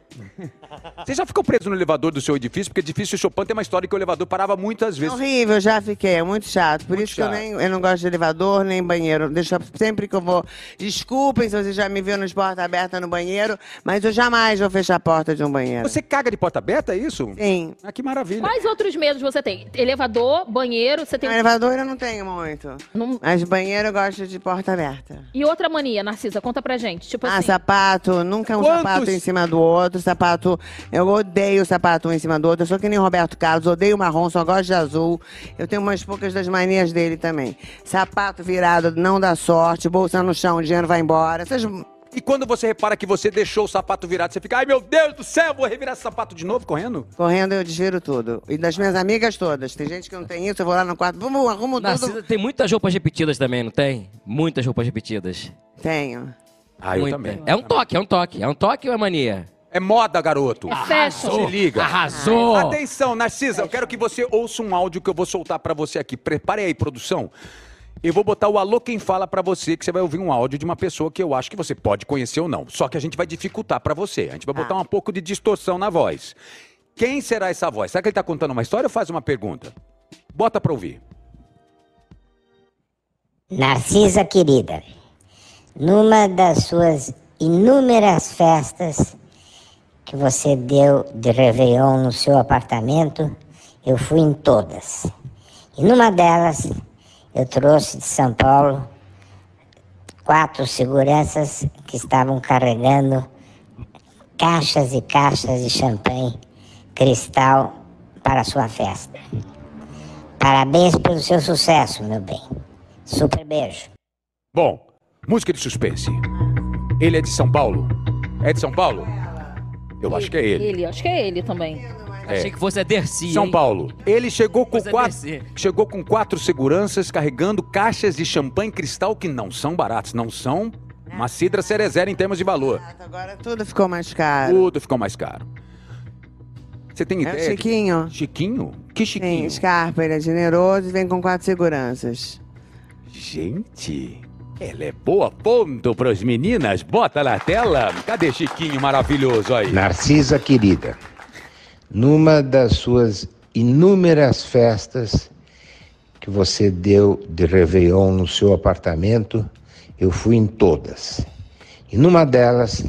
Você já ficou preso no elevador do seu edifício? Porque edifício Chopin tem uma história que o elevador parava muitas
É
vezes.
horrível, já fiquei, é muito chato. Por
Muito
isso
chato.
que eu, nem, eu não gosto de elevador, nem banheiro. Deixa sempre que eu vou. Desculpem se você já me viu nos porta aberta no banheiro, mas eu jamais vou fechar a porta de um banheiro.
Você caga de porta aberta, é isso?
Sim.
Ah, que maravilha.
Quais outros medos você tem? Elevador, banheiro, você tem.
No elevador eu não tenho muito.
Não-
Mas banheiro eu gosto de porta aberta.
E outra mania, Narcisa, conta pra gente. Tipo
Ah,
assim.
sapato, nunca um
Quantos-
sapato em cima do outro, sapato, eu odeio sapato um em cima do outro, eu sou que nem Roberto Carlos, odeio marrom, só gosto de azul, eu tenho umas poucas das manias dele também. Sapato virado não dá sorte, bolsa no chão, o dinheiro vai embora, vocês...
E quando você repara que você deixou o sapato virado, você fica, ai meu Deus do céu, vou revirar esse sapato de novo correndo?
Correndo eu desviro tudo. E das minhas amigas todas. Tem gente que não tem isso, eu vou lá no quarto, vamos, arrumo
Narcisa
tudo.
tem muitas roupas repetidas também, não tem? Muitas roupas repetidas.
Tenho.
Ah, eu
Muita.
também.
É um toque, é um toque. É um toque ou é mania?
É moda, garoto.
É fashion.
Se liga.
Arrasou!
É. Atenção, Narcisa, eu quero que você ouça um áudio que eu vou soltar pra você aqui. Prepare aí, produção. E vou botar o Alô Quem Fala pra você, que você vai ouvir um áudio de uma pessoa que eu acho que você pode conhecer ou não. Só que a gente vai dificultar pra você. A gente vai botar
Tá.
um pouco de distorção na voz. Quem será essa voz? Será que ele tá contando uma história ou faz uma pergunta? Bota pra ouvir.
Narcisa querida, numa das suas inúmeras festas que você deu de Réveillon no seu apartamento, eu fui em todas. E numa delas, eu trouxe de São Paulo quatro seguranças que estavam carregando caixas e caixas de champanhe cristal para a sua festa. Parabéns pelo seu sucesso, meu bem. Super beijo.
Bom, música de suspense. Ele é de São Paulo? É de São Paulo? Eu acho que é ele.
Ele, acho que é ele também.
É.
Achei que fosse a Dercy.
São
hein?
Paulo. Ele chegou com,
Coisa
quatro,
DC.
chegou com quatro seguranças carregando caixas de champanhe cristal que não são baratos, não são
É.
uma cidra cerezera em termos de valor.
Agora tudo ficou mais caro.
Tudo ficou mais caro. Você tem
é o
ideia? de-
Chiquinho.
Chiquinho? Que
Sim,
Chiquinho?
Scarpa, ele é generoso e vem com quatro seguranças.
Gente, ela é boa ponto pros meninas. Bota na tela. Cadê Chiquinho maravilhoso aí?
Narcisa querida, numa das suas inúmeras festas que você deu de Réveillon no seu apartamento, eu fui em todas. E numa delas,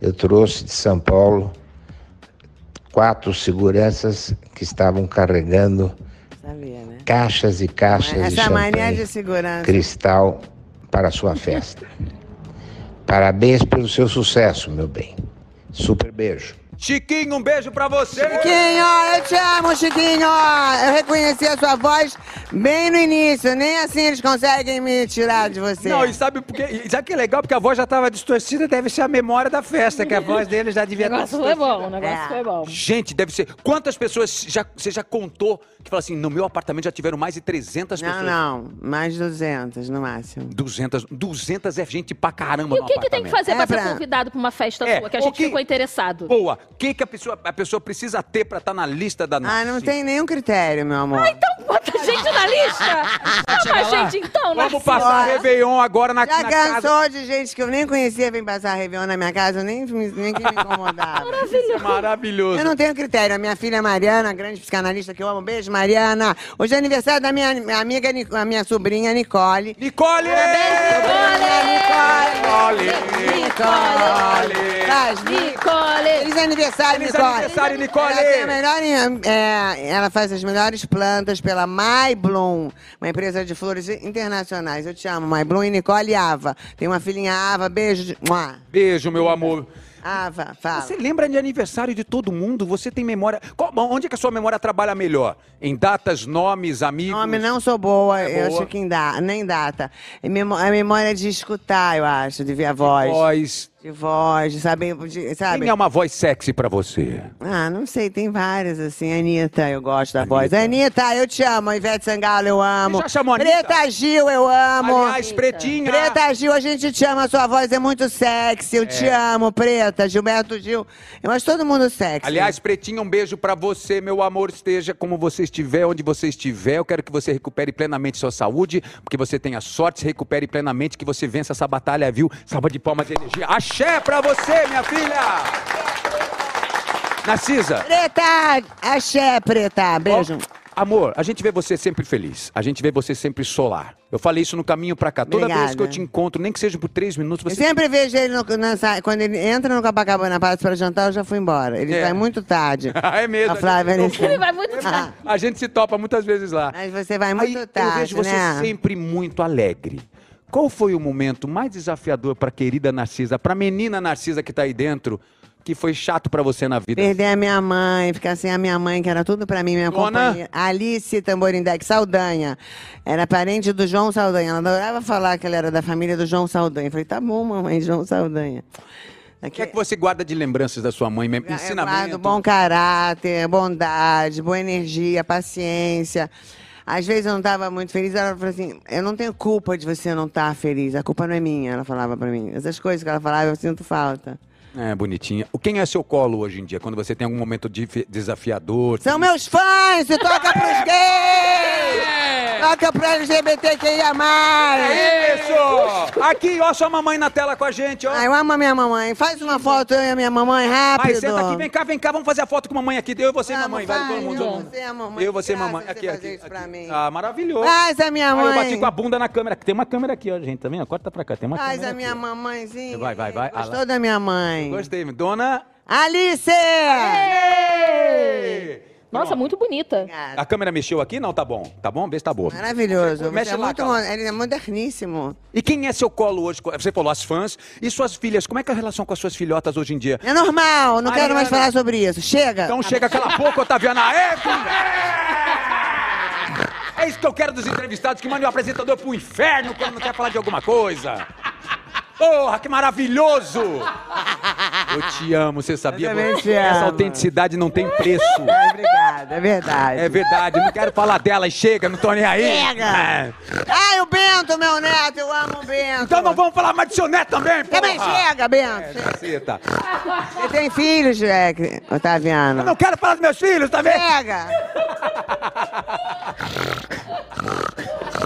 eu trouxe de São Paulo quatro seguranças que estavam carregando
Sabia, né?
caixas e caixas de
Essa mania é
champanhe
de segurança.
cristal para sua festa. Parabéns pelo seu sucesso, meu bem. Super beijo.
Chiquinho, um beijo pra você.
Chiquinho, eu te amo, Chiquinho! Eu reconheci a sua voz bem no início, nem assim eles conseguem me tirar de você.
Não, e sabe por quê? E Sabe que é legal? Porque a voz já estava distorcida, deve ser a memória da festa, que a voz dele já
O
devia estar
negócio foi bom, o negócio
É.
foi bom.
Gente, deve ser. Quantas pessoas já, você já contou que fala assim: no meu apartamento já tiveram mais de 300
não,
pessoas?
não, mais 200 no máximo.
200, 200 é gente pra caramba
E
no
o que, que tem
apartamento.
que fazer pra
É,
ser
pra-
convidado pra uma festa
É,
sua? Que a
o
gente
que-
ficou interessado.
Boa. O que, que a, pessoa, a pessoa precisa ter pra estar na lista da
Ah, não
Narcisa?
tem nenhum critério, meu amor.
Então bota a gente na lista! Chama a gente então,
Vamos
Narcisa.
passar Réveillon agora na,
Já
na casa.
cansou de gente que eu nem conhecia vem passar Réveillon na minha casa, eu nem, me- nem que me incomodava.
É Maravilhoso.
Eu não tenho critério. A minha filha Mariana, grande psicanalista que eu amo. Beijo, Mariana. Hoje é aniversário da minha ni- amiga, Ni- a minha sobrinha Nicole.
Nicole!
Parabéns,
Nicole! Nicole!
Faz Nicole.
Nicole!
Feliz aniversário,
Feliz
Nicole.
aniversário, Nicole!
Ela, tem a melhor, é, ela faz as melhores plantas pela My Bloom, uma empresa de flores internacionais. Eu te amo, My Bloom e Nicole Ava. Tem uma filhinha Ava. Beijo. De... Mua.
Beijo, meu amor.
Ava, fala.
Você lembra de aniversário de todo mundo? Você tem memória. Qual- onde é que a sua memória trabalha melhor? Em datas, nomes, amigos?
Nome não sou boa,
É
eu
boa.
acho que em da, nem data. É memó- é memória de escutar, eu acho, de ver a voz.
Voz.
De voz, de saber. de- sabe?
Quem é uma voz sexy pra você?
Ah, não sei, tem várias, assim. Anitta, eu gosto da voz. Anitta, eu te amo. Ivete Sangalo, eu amo.
Você já chamou a Anitta?
Preta Gil, eu amo.
Aliás, pretinha.
Preta Gil, a gente te ama, sua voz é muito sexy. Eu te
É.
amo, Preta, Gilberto Gil. Eu acho todo mundo sexy.
Aliás, Pretinha, um beijo pra você, meu amor. Esteja como você estiver, onde você estiver. Eu quero que você recupere plenamente sua saúde, porque você tenha sorte, se recupere plenamente, que você vença essa batalha, viu? Salva de palmas de energia. Axé pra você, minha filha! Narcisa,
Preta, axé, Preta. Beijo.
Ó, amor, a gente vê você sempre feliz. A gente vê você sempre solar. Eu falei isso no caminho pra cá. Toda vez
Obrigada.
que eu te encontro, nem que seja por três minutos,
Eu
você.
sempre vejo ele no, na sa- quando ele entra no Copacabana Palace para jantar, eu já fui embora. Ele
É.
sai muito tarde.
é mesmo.
A Flávia
a gente,
Ele
se-
vai muito
Ah,
a gente se topa muitas vezes lá.
mas você vai
Aí,
muito
eu
tarde,
vejo você
né?
sempre muito alegre. Qual foi o momento mais desafiador pra querida Narcisa, pra menina Narcisa que tá aí dentro, que foi chato pra você na vida?
Perder a minha mãe, ficar sem a minha mãe, que era tudo pra mim, minha
Dona?
companhia. Alice Tamborindec, Saldanha. Era parente do João Saldanha. Ela adorava falar que ela era da família do João Saldanha. Eu falei, tá bom, mamãe, João Saldanha.
O que é que você guarda de lembranças da sua mãe? mesmo? Ensinamento.
Eduardo, Ah, bom caráter, bondade, boa energia, paciência. Às vezes eu não estava muito feliz, ela falou assim: Eu não tenho culpa de você não estar feliz, a culpa não é minha, ela falava pra mim. Essas coisas que ela falava, eu sinto falta.
É, bonitinha. O- Quem é seu colo hoje em dia? Quando você tem algum momento dif- desafiador? É.
São meus fãs, se toca pros gays! Toca pra LGBTQIA+.
É Isso! Aqui, ó, sua mamãe na tela com a gente, ó.
Ai, eu amo a minha mamãe. Faz uma foto eu e a minha mamãe, rápido.
Vai, senta aqui, vem cá, vem cá, vamos fazer a foto com a mamãe aqui. Eu, você e
Vamos,
mamãe, vai,
vai,
todo mundo.
eu,
todo mundo.
você e a mamãe.
Eu, você e
Graças
mamãe.
a
Aqui,
fazer
aqui,
isso
aqui.
pra mim.
Ah, maravilhoso.
Faz a minha
Ah,
mãe.
eu bati com a bunda na câmera. Tem uma câmera aqui, ó, gente, tá vendo? Corta pra cá, tem uma
Faz
câmera
a minha
aqui.
mamãezinha.
Vai, vai, vai.
Gostou
Ah, lá.
da minha mãe?
Gostei, dona...
Alice!
Nossa,
Pronto.
muito bonita.
Obrigada.
A câmera mexeu aqui? Não, tá bom. Tá bom? Vê se tá boa.
Maravilhoso. Você
Mexe
é
lá,
muito
Carla.
mo- Ele é moderníssimo.
E quem é seu colo hoje? Você falou as fãs. E suas filhas? Como é que é a relação com as suas filhotas hoje em dia?
É normal, não quero mais
Mariana.
falar sobre isso. Chega!
Então chega aquela pouco, Otaviana. É, filha! é isso que eu quero dos entrevistados, que mandem o apresentador pro inferno quando não quer falar de alguma coisa. Porra, que maravilhoso! Eu te amo, você sabia?
Eu também te
Essa
amo.
autenticidade não tem preço.
Obrigada, é verdade.
É verdade, não quero falar dela. Chega, não tô nem aí.
Chega!
É.
Ai, o Bento, meu neto, eu amo o Bento.
Então não vamos falar mais de seu neto também, porra.
Também chega, Bento. chega.
Caceta.
Você tem filhos, é, Cri- Otaviano?
Eu não quero falar dos meus filhos, tá vendo?
Chega!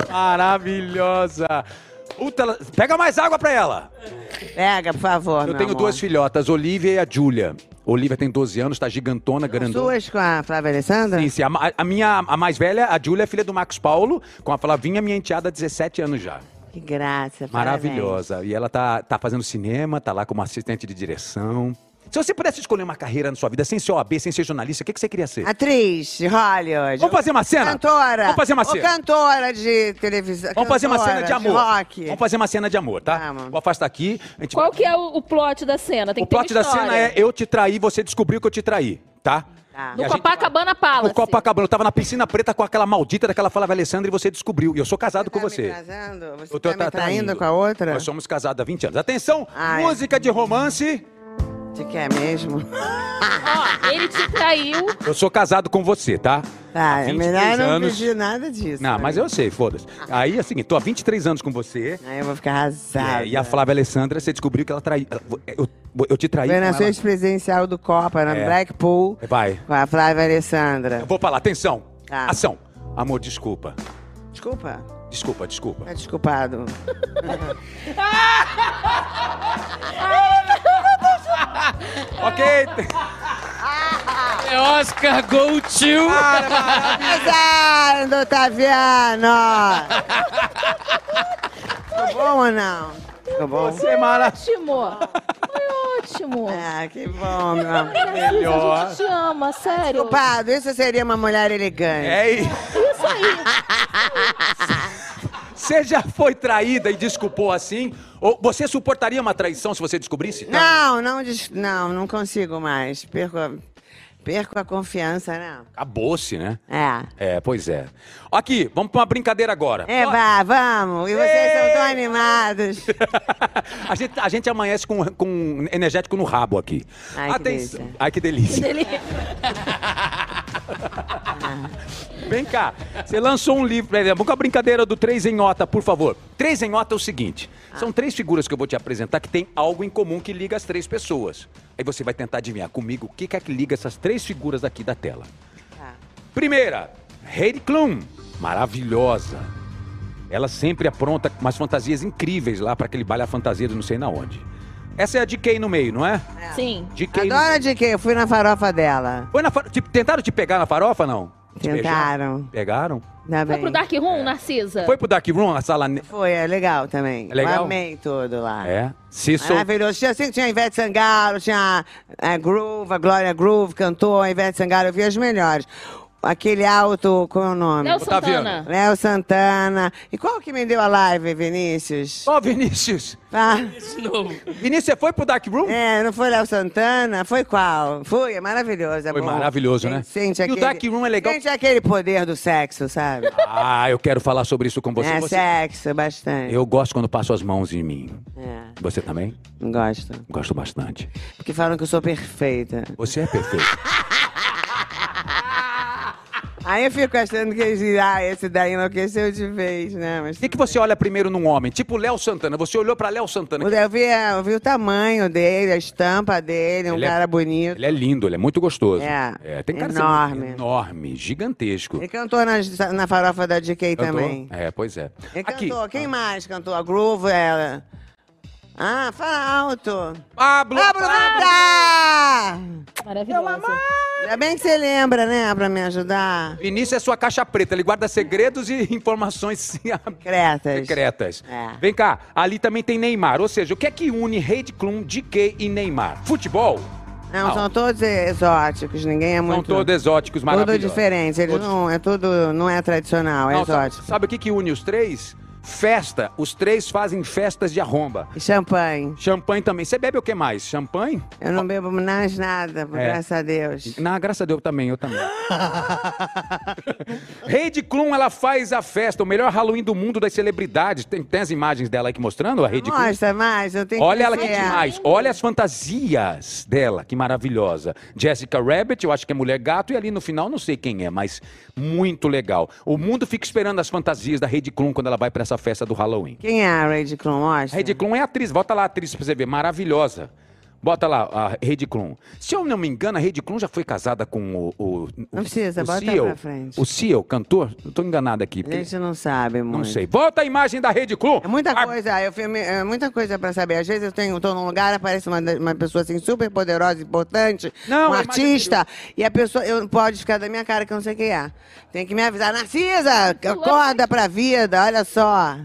Maravilhosa. Puta, ela- pega mais água pra ela.
Pega, por favor,
Eu
meu
tenho
amor.
duas filhotas, Olivia e a Júlia. Olivia tem 12 anos, tá gigantona, grandona.
Suas com a Flávia Alessandra?
Sim, sim. A, a minha, a mais velha, a Júlia, é filha do Marcos Paulo, com a Flavinha, minha enteada, há 17 anos já.
Que graça, parabéns.
Maravilhosa. E ela tá, tá fazendo cinema, tá lá como assistente de direção. Se você pudesse escolher uma carreira na sua vida, sem ser OAB, sem ser jornalista, o que, que você queria ser?
Atriz de Hollywood.
Vamos fazer uma cena?
Cantora.
Vamos fazer uma
Ou
cena.
cantora de televisão.
Vamos fazer uma cena de amor.
rock.
Vamos fazer uma cena de amor, tá?
Vamos.
Vou afastar aqui. a gente-
Qual que é o, o plot da cena? Tem
O
que ter uma
plot da
história.
cena é eu te traí, você descobriu que eu te traí, tá?
Tá.
E
No
a gente-
Copacabana Palace.
No Copacabana, eu tava na piscina preta com aquela maldita daquela Flávia Alessandra e você descobriu. E eu sou casado com
tá
você.
Me trazendo? Você
Eu tô
tá me
tra-
traindo, com a outra?
Nós somos casados há 20 anos. Atenção,
Ai.
música de romance.
Você quer é mesmo?
Ó, ele te traiu.
Eu sou casado com você, tá?
Tá,
Há
é melhor
23
não
anos.
pedir nada disso. né?
Não, mas eu sei, foda-se.
Ah.
Aí é o seguinte, tô há 23 anos com você.
Aí eu vou ficar arrasada.
É, e a Flávia Alessandra, você descobriu que ela traiu. Eu, eu te traí.
Foi
com
na
ela.
sua presidencial do Copa, na
É.
Blackpool,
Vai.
com a Flávia Alessandra.
Eu vou falar, atenção.
Tá.
Ação. Amor, desculpa.
Desculpa.
Desculpa, desculpa.
Tá desculpado.
Ok.
É Oscar Go to.
Ah.
Casado, Otaviano! Ficou bom ou não? Ficou bom?
Você é maravilhoso.
Ótimo. Foi ótimo.
Ah, que bom, meu amor.
Melhor. A gente te ama, sério.
Desculpado, isso seria uma mulher elegante.
É isso.
Isso aí.
Você já foi traída e desculpou assim? Ou você suportaria uma traição se você descobrisse?
Não, não, des- não, não consigo mais. Perco a, perco a confiança, não.
Acabou-se, né?
É.
É, pois é. Aqui, vamos pra uma brincadeira agora.
É, vá, vamos. E vocês são tão animados.
a, gente, a gente amanhece com, com energético no rabo aqui.
Ai, que
Atenção.
delícia.
Ai, que delícia.
Ele...
Vem cá, você lançou um livro. é, Vamos com a brincadeira do Três em Ota, por favor. Três em Ota é o seguinte:
Ah.
são três figuras que eu vou te apresentar que tem algo em comum que liga as três pessoas. Aí você vai tentar adivinhar comigo o que que é que liga essas três figuras aqui da tela.
Tá.
Primeira, Heidi Klum, maravilhosa. Ela sempre apronta umas fantasias incríveis lá para aquele baile a fantasia do não sei na onde. Essa é a DK no meio, não é?
Sim.
Tá
DK no
Adoro de quê? Eu fui na farofa dela.
Foi na fa- te- Tentaram te pegar na farofa, não? Te
Tentaram.
beijar? Pegaram?
Tá
Foi
bem.
pro Dark Room, Narcisa?
Foi pro Dark Room, a sala... ne-
Foi, é legal também.
É legal?
Eu amei tudo lá.
É. Se sou...
Maravilhoso. Tinha, assim, tinha Ah. a Ivete Sangalo, tinha a, a Groove, a Glória Groove cantou, a Ivete Sangalo, eu vi as melhores. Aquele alto, qual é o nome?
Léo
Otaviano.
Santana.
Léo Santana. E qual que me deu a live, Vinícius?
Ó, Vinícius.
Ah,
De novo.
Vinícius, você foi pro Dark Room?
é, não foi Léo Santana? Foi qual? Foi, é maravilhoso. é
Foi
bom.
maravilhoso, né? E
Sente
o
aquele,
Dark Room é legal.
Sente aquele poder do sexo, sabe?
Ah, eu quero falar sobre isso com você.
é
Você-
sexo, bastante.
Eu gosto quando passo as mãos em mim.
É,
Você também?
não gosto.
Gosto bastante. é
Porque falam que eu sou perfeita.
Você é perfeito.
Aí eu fico achando que eles dizem, ah, esse daí enlouqueceu de vez, né? Mas
O que, que você olha primeiro num homem? Tipo o Léo Santana. Você olhou pra Léo Santana.
Eu vi, eu vi o tamanho dele, a estampa dele, um
Ele é-
cara bonito.
Ele é lindo, ele é muito gostoso.
É.
tem cara de ser
Enorme.
enorme, gigantesco.
Ele cantou nas- na, farofa da DK
Cantou?
também.
É, pois é.
Ele
Aqui.
cantou, quem mais cantou? A Groove, ela. Ah, fala alto.
Pablo!
Pablo Vittar!
Maravilhoso.
Ainda bem que você lembra, né, pra me ajudar.
Vinícius é sua caixa preta, ele guarda segredos e informações
Cretas.
secretas.
É.
Vem cá, ali também tem Neymar. Ou seja, o que é que une Heidi Klum, DK e Neymar? Futebol?
Não,
Não.
são todos exóticos, ninguém é
São
muito...
todos exóticos,
Tudo
maravilhosos.
diferente, eles
Todos-
não, é tudo, não é tradicional, é
Não, sabe,
exótico.
sabe o que, que une os três? Festa. Os três fazem festas de arromba.
E champanhe.
Champanhe também. Você bebe o que mais? Champanhe?
Eu não bebo mais nada, por
É.
graças a Deus.
Na graça a Deus também, eu também. Heidi Klum, ela faz a festa, o melhor Halloween do mundo das celebridades. Tem, tem as imagens dela aqui mostrando a Heidi Klum?
Mostra mais, eu tenho
Olha ela
que
que
ver. é.
demais. Olha as fantasias dela, que maravilhosa. Jessica Rabbit, eu acho que é mulher gato, e ali no final não sei quem é, mas muito legal. O mundo fica esperando as fantasias da Heidi Klum quando ela vai pra essa festa do Halloween.
Quem é a Red Klum?
A
Mostra.
Heidi Klum é atriz, bota lá a atriz pra você ver, maravilhosa. Bota lá a Heidi Klum. Se eu não me engano, a Heidi Klum já foi casada com o. o- o-
Não precisa,
o
bota
CEO.
pra frente.
O CEO, cantor? Eu tô enganado aqui.
A
porque-
gente não sabe muito.
Não sei. Volta a imagem da Ah, Heidi Klum.
É muita
Ar-
coisa, eu filme, é muita coisa pra saber. Às vezes eu tenho, tô num lugar, aparece uma, uma pessoa assim super poderosa, importante,
Não,
um
é
artista, e a pessoa eu, pode ficar da minha cara que eu não sei quem é. Tem que me avisar, Narcisa, acorda pra vida, olha só.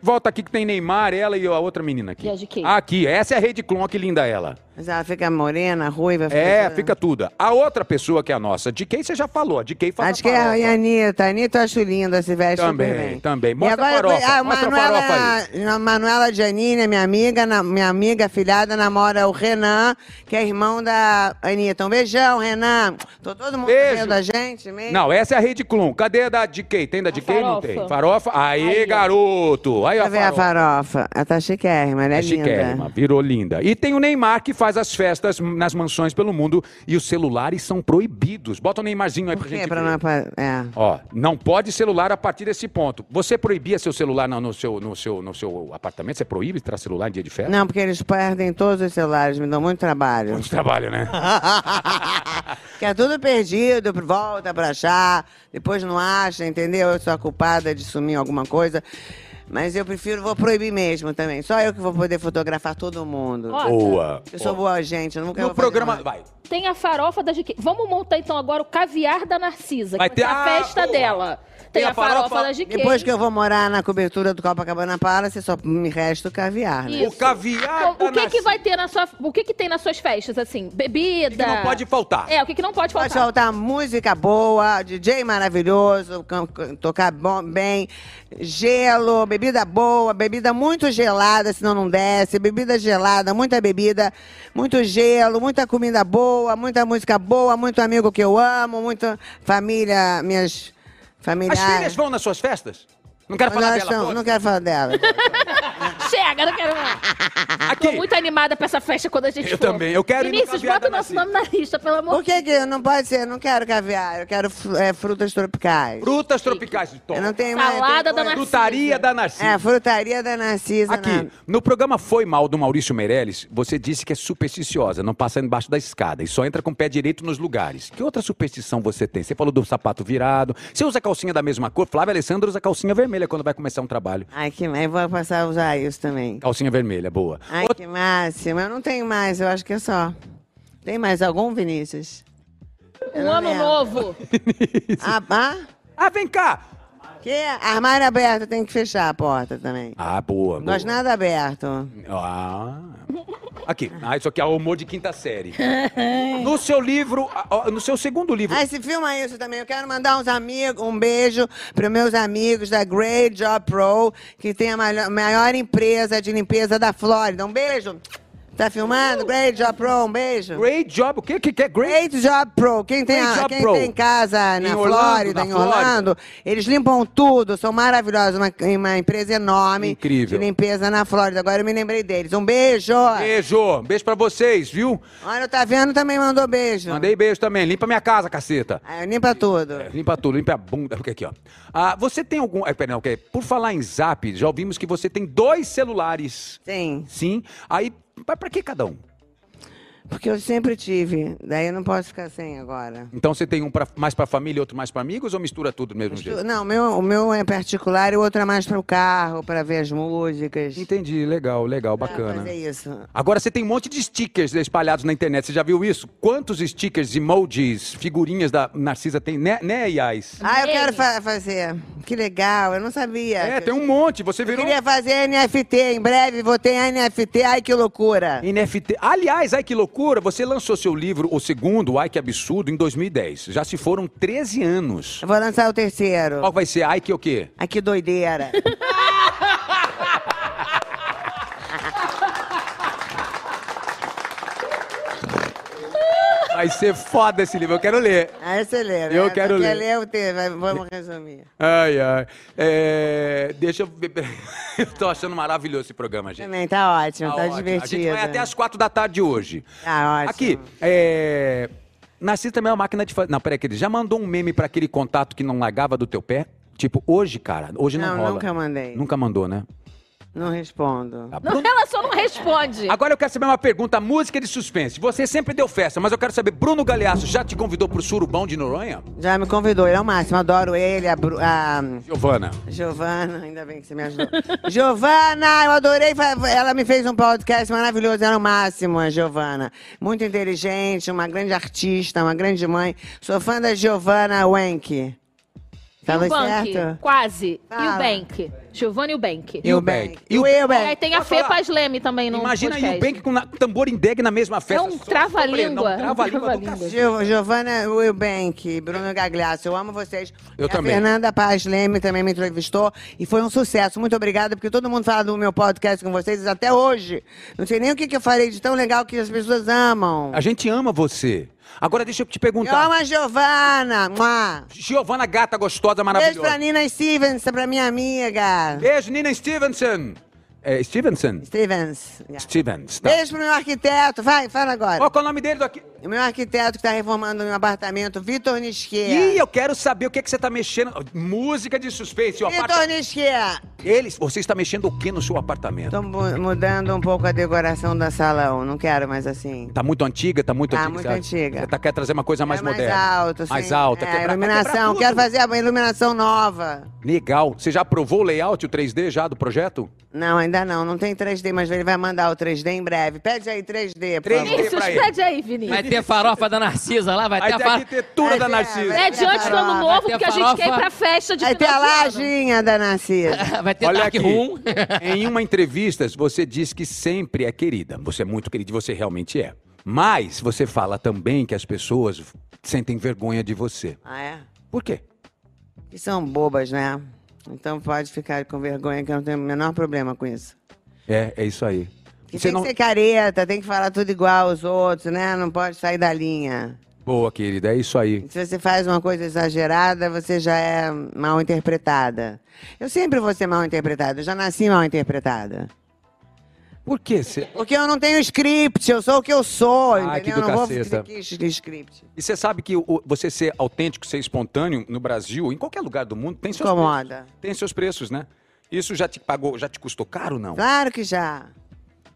Volta aqui que tem Neymar, ela e a outra menina aqui.
E a de quem?
Aqui, essa é a Heidi Klum, olha que linda ela.
Mas ela fica morena, ruiva,
É,
toda-
fica tudo. A outra pessoa que é a nossa, de quem você já falou, de quem faz
Acho que é
farofa.
a Anitta. A Anitta eu acho linda, se veste
Também,
super bem.
também. Mostra
E agora,
a farofa,
Ah,
mostra a
Manuela,
farofa
a Manuela Giannini, minha amiga, na- minha amiga filhada, namora o Renan, que é irmão da Anitta. Um beijão, Renan. Tô todo mundo
Beijo.
vendo a gente mesmo.
Não, essa é a Rede Klum. Cadê a da DK? Tem da DK? Não
farofa.
tem. Farofa? Aí,
Aí, ó.
garoto. Aí,
Pra
a
ver a
farofa.
farofa. Ela tá chiquérrima, ela é,
É chiquérrima,
linda.
virou linda. E tem o Neymar que faz as festas nas mansões pelo mundo e os celulares são proibidos. Bota o Neymarzinho aí
Por
pra
quê?
gente
Pra
ver.
não... apa- É.
Ó, não pode celular a partir desse ponto. Você proibia seu celular no, no seu, no, seu, no seu apartamento? Você proíbe entrar celular em dia de festa?
Não, porque eles perdem todos os celulares, me dão muito trabalho.
É. Muito trabalho, né?
Que é tudo perdido, volta pra achar, depois não acha, entendeu? Eu sou a culpada de sumir alguma coisa. Mas eu prefiro, vou proibir mesmo também. Só eu que vou poder fotografar todo mundo.
Ó, tá.
Boa.
Eu sou boa gente, eu nunca vou
No
fazer
programa.
mal.
Vai.
Tem a farofa da GK. Vamos montar então agora o caviar da Narcisa. que
Vai ter-
ser a
Ah,
festa
boa.
dela. Tem, a, farofa, da GK.
Depois que eu vou morar na cobertura do Copacabana Palace, só me resta o caviar, né?
Isso.
O caviar. tá
Então, o
da
que, que
Narcisa.
vai ter na sua. O que, que tem nas suas festas, assim? Bebida.
que não pode faltar?
É, o que, que não pode
Pode
faltar?
soltar música boa, DJ maravilhoso, can- can- tocar bom, bem, gelo, bebida boa, bebida muito gelada, senão não desce, bebida gelada, muita bebida, muito gelo, muita comida boa, muita música boa, muito amigo que eu amo, muita família, minhas
As
familiares.
filhas vão nas suas festas? Não quero
Mas
falar
elas
dela.
são-
pô.
não quero falar dela.
Chega, não quero mais. Tô
Aqui.
muito animada pra essa festa quando a gente
Eu
for.
também, eu quero ir no
Vinícius,
caviar
bota o
da
nosso nome
Narcisa.
na lista, pelo amor
Por que que não pode ser? Eu não quero caviar, eu quero fru- é, frutas tropicais.
Frutas tropicais de
Eu
Tom.
não tenho mais...
Salada
tem
da
coisa-
Frutaria da Narcisa.
É, frutaria da Narcisa. na-
Aqui, no programa Foi Mal do Maurício Meirelles, você disse que é supersticiosa, não passa embaixo da escada e só entra com o pé direito nos lugares. Que outra superstição você tem? Você falou do sapato virado, você usa calcinha da mesma cor? Flávia Alessandra usa calcinha vermelha quando vai começar um trabalho.
Ai, que eu vou passar a usar isso também.
Calcinha vermelha, boa.
Ai, que máximo. Eu não tenho mais, eu acho que é só. Tem mais algum, Vinícius?
de Um ano
lembro.
novo.
Ah, ah?
Ah, vem cá!
Que? Armário aberto, tem que fechar a porta também.
Ah, boa,
Não
boa.
gosto nada aberto.
Ah. Aqui, ah, isso aqui é o humor de quinta série. No seu livro, ah, ó, no seu segundo livro,
Ah, se filma isso também. Eu quero mandar uns amigos, um beijo para meus amigos da Great Job Pro, que tem a malho- maior empresa de limpeza da Flórida. Um beijo. Tá filmando? Great Job Pro, um beijo.
Uh! Great job. O que que que é great?
Great Job Pro. Quem tem,
Great
a-
Job
quem
Pro.
tem casa na
Em Orlando,
Flórida,
na
em
Flórida.
Orlando, eles limpam tudo, são maravilhosos. Uma, uma empresa enorme
Incrível.
de limpeza na Flórida. Agora eu me lembrei deles. Um beijo!
Beijo. Beijo pra vocês, viu?
Olha, o Taviano também mandou beijo.
Mandei É. beijo também. Limpa minha casa, caceta.
Ah, limpa tudo.
Limpa tudo, limpa a bunda. Porque aqui, ó. Ah, você tem algum. É, pera, não, ok. Por falar em zap, já ouvimos que você tem dois celulares.
Sim,
Sim. Aí, mas pra que cada um?
porque eu sempre tive. Daí eu não posso ficar sem agora.
Então você tem um pra, mais pra família e outro mais pra amigos ou mistura tudo do mesmo jeito?
Não, o meu, o meu é particular e o outro é mais pro carro, pra ver as músicas.
Entendi, legal, legal,
Pra
bacana.
Fazer isso.
Agora você tem um monte de stickers espalhados na internet. Você já viu isso? Quantos stickers, emojis, figurinhas da Narcisa tem, né, né Iais?
Ah, eu quero fa- fazer. Que legal, eu não sabia.
É,
que
tem
eu
um monte. Você
Eu
virou
queria fazer NFT, em breve vou ter NFT, ai que loucura.
NFT. Aliás, ai que loucura, você lançou seu livro, o segundo, Ai que absurdo, em 2010. Já se foram 13 anos.
Eu vou lançar o terceiro.
Qual vai ser? Ai que o quê?
Ai que doideira.
Vai ser foda esse livro, eu quero ler.
Aí você lê, né?
Eu quero
Você
ler.
quer ler o te... vai- vamos resumir.
Ai, ai. É, deixa eu... ver- Eu tô achando maravilhoso esse programa, gente.
Também, tá ótimo,
Tá
tá,
ótimo. A
divertido.
gente vai até as quatro da tarde hoje.
Tá ótimo.
Aqui, é... Narciso também é uma máquina de fazer... Não, peraí, que ele já mandou um meme pra aquele contato que não lagava do teu pé? Tipo, hoje, cara, hoje não,
Não,
rola.
nunca mandei.
Nunca mandou, né?
Não respondo.
Tá.
Não, ela só não responde.
Agora eu quero saber uma pergunta, música de suspense. Você sempre deu festa, mas eu quero saber, Bruno Galeasso já te convidou pro Surubão de Noronha?
Já me convidou, ele é o máximo, adoro ele, a, Bru- a
Giovana.
Giovana, ainda bem que você me ajudou. Giovana, eu adorei, fa- ela me fez um podcast maravilhoso, era o máximo a Giovana. Muito inteligente, uma grande artista, uma grande mãe. Sou fã da Giovana Wenck. Tava
Eubank,
certo?
quase.
Fala.
E o Bank. Giovanni e o Bank.
E o Bank.
E o Eubank.
E aí tem a
Posso
Fê
falar?
Paz Leme também no
Imagina aí o
podcast.
Bank com na- tambor em deg na mesma festa.
um
Só-
trava-língua.
só- não, um Trava-língua do
Trava-língua.
cacete.
Gio- Giovana Wilbank, Bruno Gagliasso, eu amo vocês.
Eu
E
também.
A Fernanda Paz Leme também me entrevistou e foi um sucesso. Muito obrigada, porque todo mundo fala do meu podcast com vocês até hoje. Não sei nem o que, que eu falei de tão legal que as pessoas amam.
A gente ama você. Agora deixa eu te
Eu
perguntar.
amo a Giovana. Mua.
Giovana gata gostosa,
Beijo
maravilhosa.
pra Nina Stevens, pra minha amiga.
Beijo, Nina Stevenson. É, Stevenson?
Stevens. yeah.
Stevens, tá.
Beijo pro meu arquiteto. Vai, fala agora.
Qual que é o nome dele daqui?
O meu arquiteto que tá reformando meu apartamento, Vitor Nisquia.
Ih, eu quero saber o que, é que você tá mexendo. Música de suspense, ó.
Vitor Nisquia.
Eles, você está mexendo o que no seu apartamento?
Tô mu- mudando um pouco a decoração da salão. Não quero mais assim.
Tá muito antiga, tá muito
Tá
antiga.
muito
sabe?
antiga.
Você tá, quer trazer uma coisa mais
é mais
moderna.
alto, sim.
Mais alta.
É,
quebrar- vai quebrar
iluminação.
tudo.
Quero fazer a iluminação nova.
Legal. Você já aprovou o layout, o 3D já do projeto?
Não, ainda não. Não tem 3D, mas ele vai mandar o 3D em breve. Pede aí 3D, por
3D.
favor.
Vinícius,
pra ele.
pede aí, Vinícius.
Vai ter farofa da Narcisa lá, vai ter a
a
farofa.
arquitetura
Vai
da
ter-
Narcisa.
vai
É
ter
diante do ano
farofa.
novo,
Vai ter
porque a gente
farofa.
quer ir pra festa de
Vai ter a
final de ano.
lajinha da Narcisa.
Vai ter
Olha
Dark
aqui,
Room.
em uma entrevista, você diz que sempre é querida. Você é muito querida e você realmente é. Mas você fala também que as pessoas sentem vergonha de você.
Ah, é?
Por quê?
Que são bobas, né? Então pode ficar com vergonha, que eu não tenho o menor problema com isso.
É, é isso aí.
Que
Você
tem
não...
que ser careta, tem que falar tudo igual aos outros, né? Não pode sair da linha.
Boa, querida, é isso aí.
Se você faz uma coisa exagerada, você já é mal interpretada. Eu sempre vou ser mal interpretada, eu já nasci mal interpretada.
Por que você...
Porque eu não tenho script, eu sou o que eu sou,
Ah, que
entendeu?
do
eu não
caceta.
vou ficar script.
E você sabe que o- você ser autêntico, ser espontâneo no Brasil, em qualquer lugar do mundo, tem seus
Incomoda.
preços. Tem seus preços, né? Isso já te pagou, já te custou caro ou não?
Claro que já.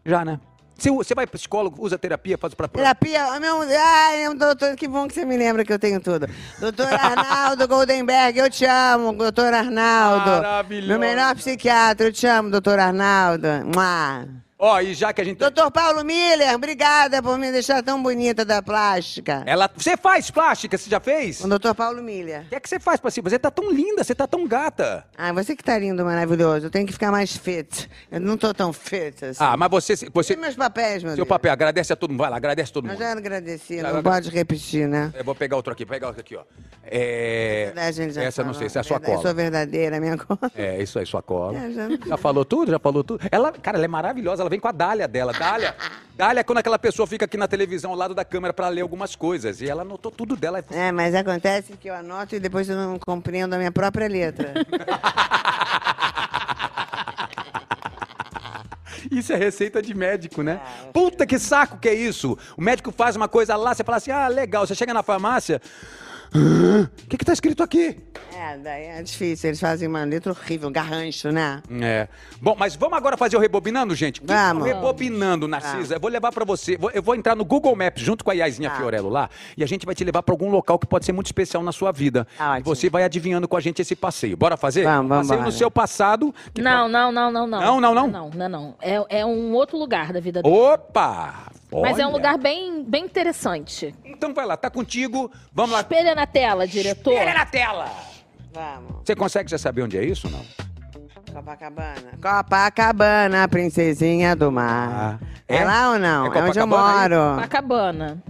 Já, né? Você, você vai psicólogo, usa terapia, faz pra
Terapia, ah, meu, ai, meu doutor, que bom que você me lembra que eu tenho tudo. Doutor Arnaldo Goldenberg, eu te amo, doutor Arnaldo.
Maravilhoso.
Meu melhor psiquiatra, eu te amo, doutor Arnaldo. Mua.
Ó, e já que a gente.
Doutor Paulo Miller, obrigada por me deixar tão bonita da plástica.
Ela. Você faz plástica, você já fez?
O
O
doutor Paulo Miller.
que é que você faz pra si? Você tá tão linda, você tá tão gata.
Ah, você que tá lindo, maravilhoso. Eu tenho que ficar mais fit. Eu não tô tão fit assim.
Ah, mas você. você
E meus papéis, meu
seu
Deus? é-
papel, agradece a todo mundo. Vai lá, agradece a todo
Eu
mundo.
já agradeci,
Já
não pode repetir, né?
Eu vou pegar outro aqui, pegar outro aqui, ó. É.
Verdade, a gente já tá
Essa eu não
falou.
sei, essa é a sua
Verdade,
cola.
Sou verdadeira, minha cola.
É, isso aí, sua cola.
É,
já...
já-
falou tudo? Já falou tudo? Ela, cara, ela é maravilhosa, ela vem com a Dália dela. Dália, Dália é quando aquela pessoa fica aqui na televisão ao lado da câmera pra ler algumas coisas. E ela anotou tudo dela.
É, mas acontece que eu anoto e depois eu não compreendo a minha própria letra.
Isso é receita de médico, né? Puta que saco que é isso! O médico faz uma coisa lá, você fala assim, ah, legal. Você chega na farmácia. "Hã? O que, que tá escrito aqui?
é, daí é difícil. Eles fazem uma letra horrível, um garrancho, né?
É. Bom, mas vamos agora fazer o rebobinando, gente? O que que é o
Vamos.
Rebobinando, Narcisa. Eu vou levar pra você. vou- Eu vou entrar no Google Maps junto com a Iazinha
Tá.
Fiorello lá e a gente vai te levar pra algum local que pode ser muito especial na sua vida.
Tá
e
ótimo.
você vai adivinhando com a gente esse passeio. Bora fazer?
Vamos, vamos,
passeio
bora.
no seu passado. que
Não, não, não, não,
Não,
não.
não, não?
Não, não, não. É, é um outro lugar da vida
pode-
dele.
Opa!
Mas é um
Olha.
lugar bem, bem interessante.
Então vai lá, tá contigo. Vamos lá.
Espelha na tela, diretor.
Espelha na tela!
Vamos.
Você consegue já saber onde é isso ou não?
Copacabana. Copacabana, princesinha do mar.
Ah.
É,
É?
lá ou
É
não? É, onde eu
Copacabana
moro.
Ah. Copacabana.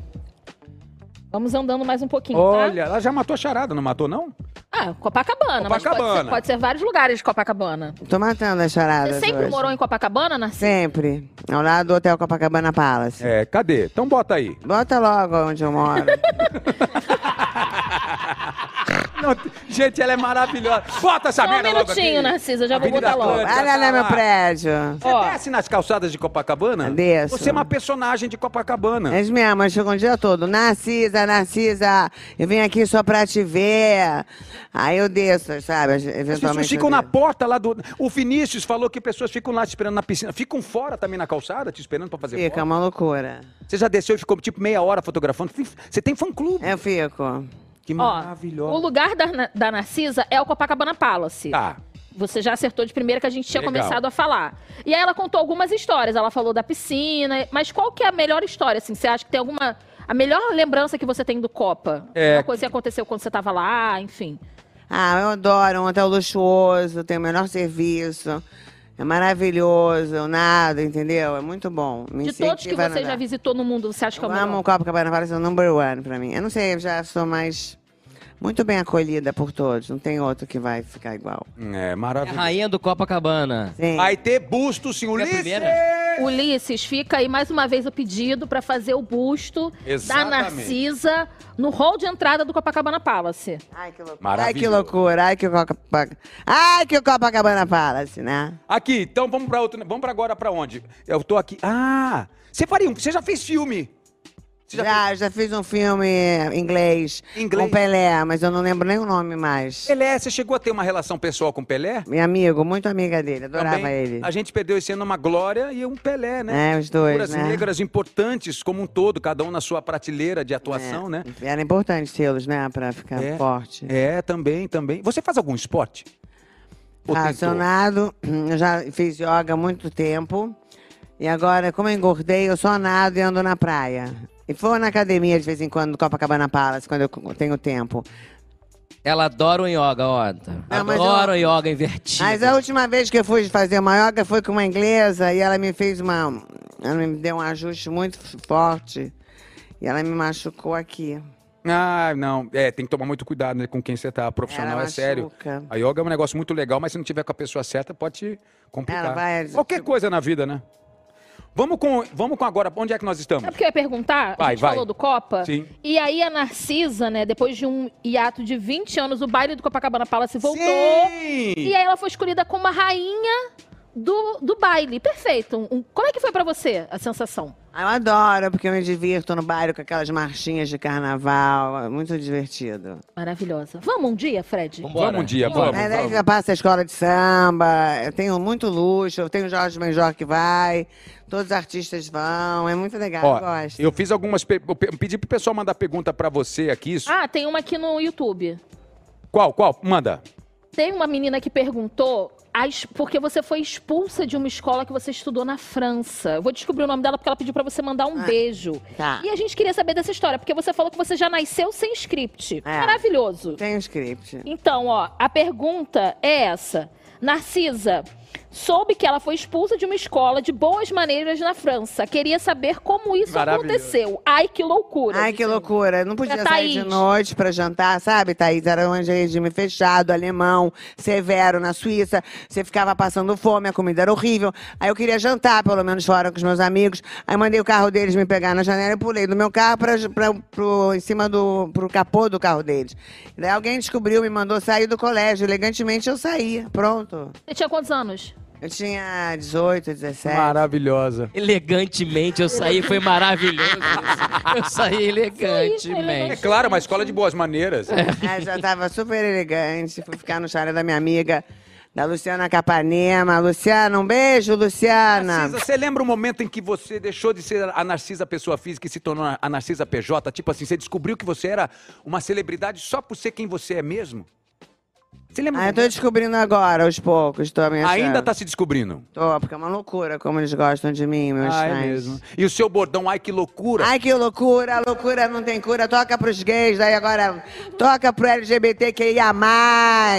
Vamos andando mais um pouquinho,
Olha,
tá?
ela já matou a charada, não matou, não?
Ah, Copacabana. Mas pode
Copacabana.
ser, pode ser vários lugares de Copacabana.
Tô matando as charadas
Você sempre
hoje.
morou em Copacabana, Narciso?
Sempre. Ao lado do Hotel Copacabana Palace.
É, cadê? Então bota aí.
Bota logo onde eu moro.
Não, gente, ela é maravilhosa. Bota essa
Só um
merda logo
minutinho,
aqui.
Narcisa, já vou
Avenida
botar logo.
Atlântica,
Olha
tá
lá Ah, meu
lá.
prédio.
Você
Ó.
desce nas calçadas de Copacabana?
Desço. É,
Você é uma personagem de Copacabana.
Eles mesmo, eles ficam o dia todo. Narcisa, Narcisa, eu vim aqui só pra te ver. Aí eu desço, sabe?
As pessoas
Eventualmente.
ficam
eu
na
desço.
porta lá do. O Vinícius falou que pessoas ficam lá te esperando na piscina. Ficam fora também na calçada, te esperando pra fazer
Fica é
foto.
uma loucura.
Você já desceu e ficou tipo meia hora fotografando. Você tem fã clube.
Eu fico.
Que
Ó, o
maravilhosa.
lugar da, da Narcisa é o Copacabana Palace.
Tá.
Você já acertou de primeira que a gente tinha
Legal.
começado a falar. E aí ela contou algumas histórias. Ela falou da piscina, mas qual que é a melhor história? Assim, você acha que tem alguma. A melhor lembrança que você tem do Copa?
É.
Uma coisa que aconteceu quando você tava lá, enfim.
Ah, eu adoro, um hotel luxuoso, tem o melhor serviço. É maravilhoso, nada, entendeu? É muito bom. Me
de todos que
incentiva a
você já
nadar.
visitou no mundo, você acha que é o
Eu amo
melhor?
o Copacabana Palace, é o number one pra mim. Eu não sei, eu já sou mais... Muito bem acolhida por todos, não tem outro que vai ficar igual.
É
É a
maravilhoso.
rainha do Copacabana.
Sim.
Vai ter busto, sim, Ulisses!
É primeira?
Ulisses, fica aí mais uma vez o pedido para fazer o busto
Exatamente.
da Narcisa no hall de entrada do Copacabana Palace.
Ai, que loucura.
Maravilhoso.
Ai, que loucura. Ai, que o Copacabana... Ai, que o Copacabana Palace, né?
Aqui, então vamos pra outro. Vamos pra agora pra onde? Eu tô aqui. Ah! Você faria um. Você já fez filme? Você
Já,
já
já, fiz um filme em inglês,
Inglês?
com Pelé, mas eu não lembro nem o nome mais.
Pelé, você chegou a ter uma relação pessoal com Pelé?
Meu amigo, muito amiga dele, adorava
Também,
ele.
A gente perdeu esse ano uma Glória e um Pelé, né?
É, os dois,
Figuras
né?
negras importantes como um todo, cada um na sua prateleira de atuação,
É,
né?
Era importante tê-los, né? Pra ficar
É.
forte.
É, também, também. Você faz algum esporte? Ou tentou?
Acionado, eu já fiz yoga há muito tempo. E agora, como eu engordei, eu só nado e ando na praia. E vou na academia de vez em quando, no Copacabana Palace, quando eu co- tenho tempo.
Ela adora o yoga, ó.
Não, mas
Adora o
eu-
yoga invertido.
Mas a última vez que eu fui fazer uma yoga foi com uma inglesa e ela me fez uma. Ela me deu um ajuste muito forte. E ela me machucou aqui.
Ah, não. É, tem que tomar muito cuidado né, com quem você tá. Profissional
Ela
é sério.
machuca.
A yoga é um negócio muito legal, mas se não tiver com a pessoa certa, pode te complicar.
Ela vai-
Qualquer coisa na vida, né? Vamos com, vamos com agora. Onde é que nós estamos?
Sabe o que eu ia perguntar?
Vai,
a gente
vai.
falou do Copa.
Sim.
E aí a Narcisa, né, depois de um hiato de 20 anos, o baile do Copacabana Palace voltou.
Sim!
E aí ela foi escolhida como a rainha do, do baile. Perfeito. Um- um- como é que foi pra você a sensação?
Ah, Eu adoro, porque eu me divirto no bairro com aquelas marchinhas de carnaval. É muito divertido.
Maravilhosa. Vamos um dia, Fred?
Vambora.
Vamos um dia,
Vambora.
vamos.
Mas aí já passa a escola de samba, eu tenho muito luxo, eu tenho o Jorge Benjor que vai, todos os artistas vão, é muito legal,
Ó,
eu gosto.
eu fiz algumas. pe- Eu pe- pedi pro pessoal mandar pergunta pra você aqui. Isso.
Ah, tem uma aqui no YouTube.
Qual, qual? Manda.
Tem uma menina que perguntou a ex- porque você foi expulsa de uma escola que você estudou na França. Eu vou descobrir o nome dela porque ela pediu pra você mandar um beijo.
tá.
E a gente queria saber dessa história, porque você falou que você já nasceu sem script.
É.
Maravilhoso.
Tenho script.
Então, ó, a pergunta é essa. Narcisa, soube que ela foi expulsa de uma escola de boas maneiras na França. Queria saber como isso
Maravilhoso.
aconteceu. Ai, que loucura.
Ai, que
gente.
loucura. Não podia
Pra
sair de
Thaís.
noite pra jantar, sabe, Thaís? Era um regime fechado, alemão, severo na Suíça. Você ficava passando fome, a comida era horrível. Aí eu queria jantar, pelo menos fora com os meus amigos. Aí mandei o carro deles me pegar na janela e pulei do meu carro pra, pra, pro, em cima do pro capô do carro deles. Daí alguém descobriu, me mandou sair do colégio. Elegantemente eu saí. Pronto.
Você tinha quantos anos?
Eu tinha 18, 17.
Maravilhosa.
Elegantemente eu saí, foi maravilhoso. isso. Eu saí
É
elegantemente.
claro, uma escola de boas maneiras.
Ah, já tava super elegante. Fui ficar no chalé da minha amiga, da Luciana Capanema. Luciana, um beijo, Luciana.
Narcisa, você lembra o momento em que você deixou de ser a Narcisa pessoa física e se tornou a Narcisa PJ? Tipo assim, você descobriu que você era uma celebridade só por ser quem você é mesmo? Você lembra?
Ah, eu
do
tô descobrindo agora, aos poucos, tô me
momento? Ainda
achando.
tá se descobrindo.
Tô, porque é uma loucura como eles gostam de mim, meus
Ah, é
fãs.
E o seu bordão, ai que loucura.
Ai, que loucura, loucura não tem cura. Toca pros gays, daí agora toca pro LGBTQIA+.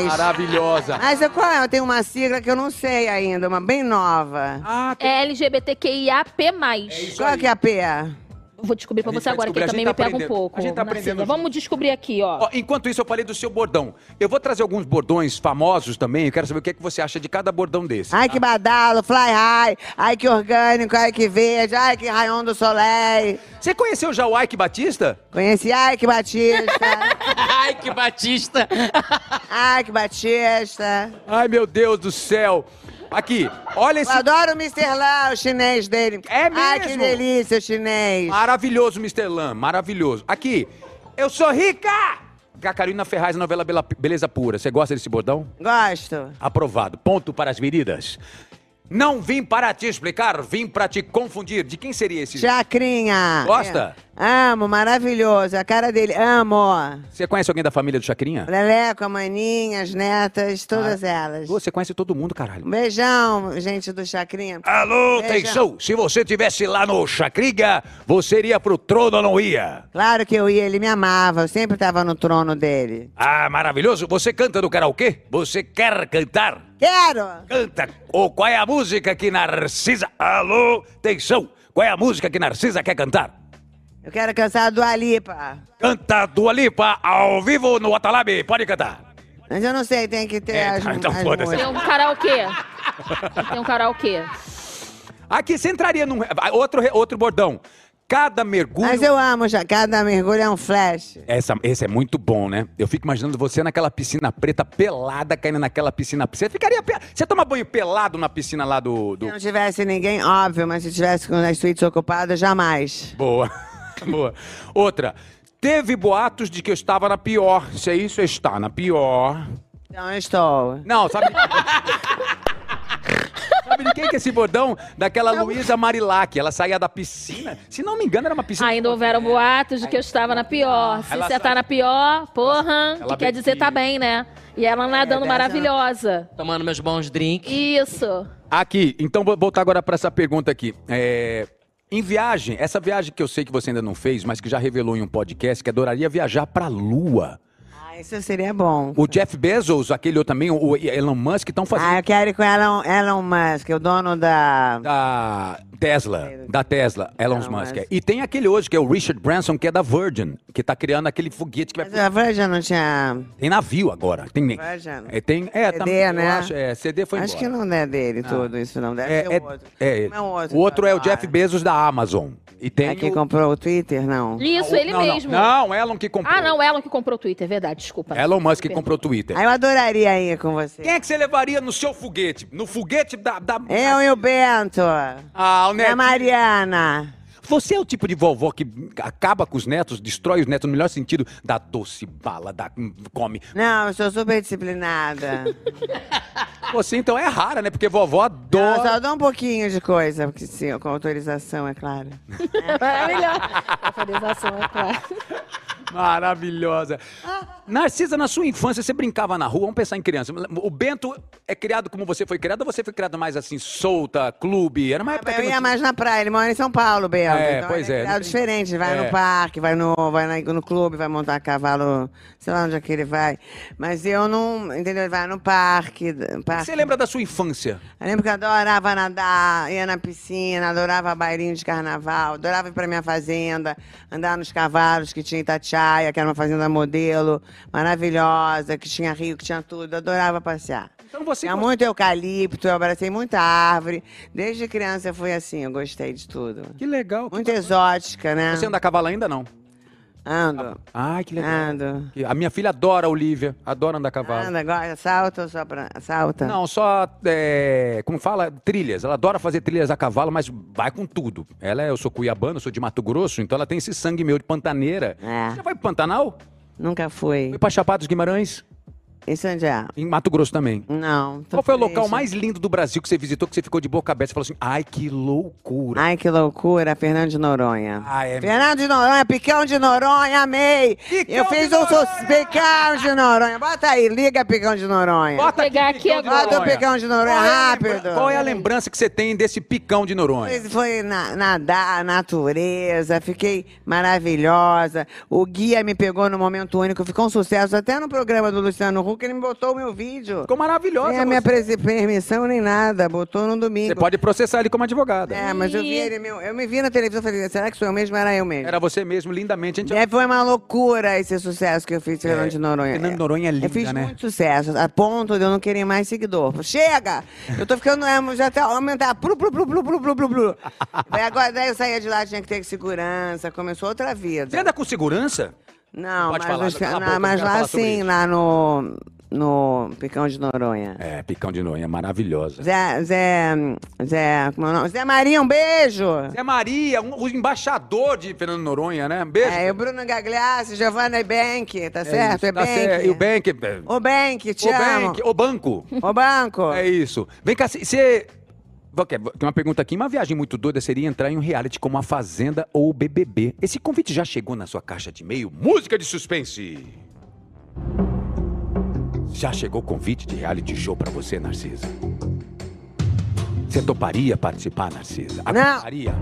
Maravilhosa.
Mas eu, qual é? eu tenho uma sigla que eu não sei ainda, uma bem nova.
Ah, tem...
É LGBTQIAP+.
qual que é a P?
Vou descobrir pra
A gente
você
vai
agora, que
descobrir, a
também
gente tá
me pega um
aprendendo.
pouco.
A gente tá
Narcisa.
aprendendo
Vamos descobrir aqui, ó.
Ó, enquanto isso, eu falei do seu bordão. Eu vou trazer alguns bordões famosos também. Eu quero saber o que, é que você acha de cada bordão desse.
Ai, que badalo, fly high. Ai, que orgânico, ai, que verde. Ai, que rayon do soleil.
Você conheceu já o Ike Batista?
Conheci, ai, que Batista.
Ai, que Batista!
ai, que Batista.
Ai, meu Deus do céu. Aqui, olha
Eu
esse
adoro o Mr. Lá, o chinês dele.
É
Ai, que
mesmo? Ah.
delícia, o chinês.
Maravilhoso, Mr. Lam, maravilhoso. Aqui, eu sou rica! Cacarina Ferraz, novela Bela- Beleza Pura. Você gosta desse bordão?
Gosto.
Aprovado. Ponto para as medidas. Não vim para te explicar, vim para te confundir. De quem seria esse?
Chacrinha.
Gosta?
É. Amo, maravilhoso. A cara dele, amo.
Você conhece alguém da família do Chacrinha?
Leleco, a maninha, as netas, todas
Ah,
elas.
Você conhece todo mundo, caralho.
Um beijão, gente do Chacrinha.
Alô,
Beijão.
atenção! Se você tivesse lá no Chacrinha, você iria pro trono ou não ia?
Claro que eu ia, ele me amava. Eu sempre tava no trono dele.
Ah, maravilhoso! Você canta no karaokê? Você quer cantar?
Quero!
Canta! Ou qual é a música que Narcisa. Alô, atenção! Qual é a música que Narcisa quer cantar?
Eu quero cansar do Alipa.
Canta Dua Lipa ao vivo no Watanabe. Pode cantar.
Mas eu não sei, tem que ter
É,
as,
tá, então
as
foda-se.
Tem
músicas.
um karaokê. Tem um karaokê.
Aqui você entraria num. Outro, outro bordão. Cada mergulho.
Mas eu amo, já. cada mergulho é um flash.
Essa, esse é muito bom, né? Eu fico imaginando você naquela piscina preta, pelada, caindo naquela piscina. Você ficaria. pe- Você toma banho pelado na piscina lá do. do-
Se não tivesse ninguém, óbvio, mas se tivesse com as suítes ocupadas, jamais.
Boa. Boa. Outra. Teve boatos de que eu estava na pior. Se é isso, eu está na pior.
Então eu estou.
Não, sabe. sabe de quem que é esse bordão? Daquela Luísa Marilac. Ela saía da piscina. Se não me engano, era uma piscina.
Ainda houveram boatos de que eu estava na pior. Se
é. Ela
você
sabe-
tá na pior, porra,
Ela
que quer dizer tá
bebia.
bem, né? E ela nadando
dessa-
maravilhosa.
Tomando meus bons drinks.
Isso.
Aqui, então vou voltar agora para essa pergunta aqui. É, Em viagem, essa viagem que eu sei que você ainda não fez, mas que já revelou em um podcast, que adoraria viajar pra Lua.
Ah, isso seria bom.
O Jeff Bezos, aquele outro também, o Elon Musk, estão fazendo
Ah, eu quero ir com Elon, Elon Musk, o dono da.
da Tesla, da Tesla, Elon Musk.
Não, mas-
é. E tem aquele hoje que é o Richard Branson, que é da Virgin, que tá criando aquele foguete que vai
Mas é a Virgin não tinha.
Tem navio agora. Tem,
Virgin.
é, tem, é, tá-
CD,
eu
né?
acho, é, CD foi
Acho que
embora. Ah.
não é dele tudo isso, não. Deve ser
É, é,
o outro.
é,
Não é o outro.
o outro
tá
é o
agora.
Jeff Bezos da Amazon. E tem
É quem
o-
comprou o Twitter, não.
Isso,
o-
ele
não,
mesmo.
Não, não, Elon que comprou.
Ah, não, Elon que comprou o Twitter, é verdade, desculpa.
Elon Musk que comprou o Twitter.
Ah, eu adoraria ir com você.
Quem é que você levaria no seu foguete? No foguete da... da...
É, Eu e o Bento.
Ah, o
E a
neto.
Né, Mariana.
Você é o tipo de vovó que acaba com os netos, destrói os netos no melhor sentido, dá doce, bala, dá, come.
Não, eu sou super disciplinada.
Você então é rara, né? Porque vovó
Não,
adora...
só dou um pouquinho de coisa, porque sim, com autorização, é claro.
É melhor. Autorização, é claro.
Maravilhosa. Narcisa, na sua infância, você brincava na rua? Vamos pensar em criança. O Bento é criado como você foi criado ou você foi criado mais assim, solta, clube? Era uma época
Ah,
Ah,
Eu
tá, que não
ia
tinha-
mais na praia, ele mora em São Paulo, Bel.
É,
então
pois
ele
é.
criado diferente, vai
É.
no parque, vai, no, vai na- no clube, vai montar cavalo, sei lá onde é que ele vai. Mas eu não, entendeu? Ele vai no parque. parque.
Você lembra da sua infância?
Eu lembro que eu adorava nadar, ia na piscina, adorava bailinho de carnaval, adorava ir pra minha fazenda, andar nos cavalos que tinha em Itatiaia, que era uma fazenda modelo, maravilhosa, que tinha rio, que tinha tudo, adorava passear.
Então você
Tinha
go-
muito eucalipto, eu abracei muita árvore. Desde criança eu fui assim, eu gostei de tudo.
Que legal.
Muito exótica, né?
Você anda a cavalo ainda não?
Ando,
Ai, que legal.
ando.
A minha filha adora a Olivia, adora andar a cavalo.
Anda agora, salta ou só pra... Salta?
Não, só, é, como fala, trilhas. Ela adora fazer trilhas a cavalo, mas vai com tudo. Ela é, eu sou cuiabano, eu sou de Mato Grosso, então ela tem esse sangue meu de pantaneira.
É.
Você já foi pro Pantanal?
Nunca fui.
Foi pra Chapada dos Guimarães?
Isso onde é?
Em Mato Grosso também.
Não. tô
Qual foi o local
triste.
mais lindo do Brasil que você visitou, que você ficou de boca aberta? Você falou assim, ai, que loucura.
Ai, que loucura, Fernando de Noronha.
Ah, é
Fernando de Noronha, Picão de Noronha, amei!
Picão
Eu fiz
de
um sos...
Noronha!
Picão de Noronha. Bota aí, liga Picão de Noronha.
Bota
Vou pegar
Picão
aqui
de
agora.
é. Bota o
Noronha.
Picão de
Qual
Noronha,
é a lembra-
rápido. é.
Qual é a lembrança que você tem desse Picão de Noronha?
Foi- Foi na- nadar, natureza, fiquei maravilhosa. O guia me pegou no momento único, ficou um sucesso. Até no programa do Luciano Huck, ele me botou o meu vídeo.
Ficou maravilhosa.
Sem a minha
você.
presi- permissão nem nada, botou no domingo.
Você pode processar ele como advogada.
É, mas eu vi ele, meu, eu me vi na televisão e falei, será que sou eu mesmo? Era eu mesmo.
Era você mesmo, lindamente. A gente
É, foi uma loucura esse sucesso que eu fiz, Fernando de Noronha.
Fernando de Noronha é linda,
Eu fiz
né?
muito sucesso, a ponto de eu não querer mais seguidor. Chega! Eu tô ficando, é, já até aumentar. Plu, plu, plu, plu, plu, plu, plu, plu. Daí agora, daí eu saía de lá, tinha que ter segurança, começou
Você
outra vida.
anda com segurança?
Não,
Pode
mas,
falar,
os-
cala a
na-
boca,
mas
eu quero
lá
falar sobre
sim,
isso.
lá no, no Picão de Noronha.
É, Picão de Noronha é maravilhosa. Zé,
Zé, Zé, Zé, como é o nome? Zé Maria, um beijo!
Maria, um- o embaixador de Fernando Noronha, né? Um beijo.
É, e o Bruno Gagliassi, Giovanna Ebenck, tá certo?
isso, tá certo. E o Bank. é,
O Bank, te
o
amo.
Bank, o Banco.
O banco.
É isso. Vem cá, se- você. Ok, Tem uma pergunta aqui. Uma viagem muito doida seria entrar em um reality como a Fazenda ou o BBB. Esse convite já chegou na sua caixa de e-mail? Música de suspense! Já chegou convite de reality show pra você, Narcisa? Você toparia participar, Narcisa? Aguentaria?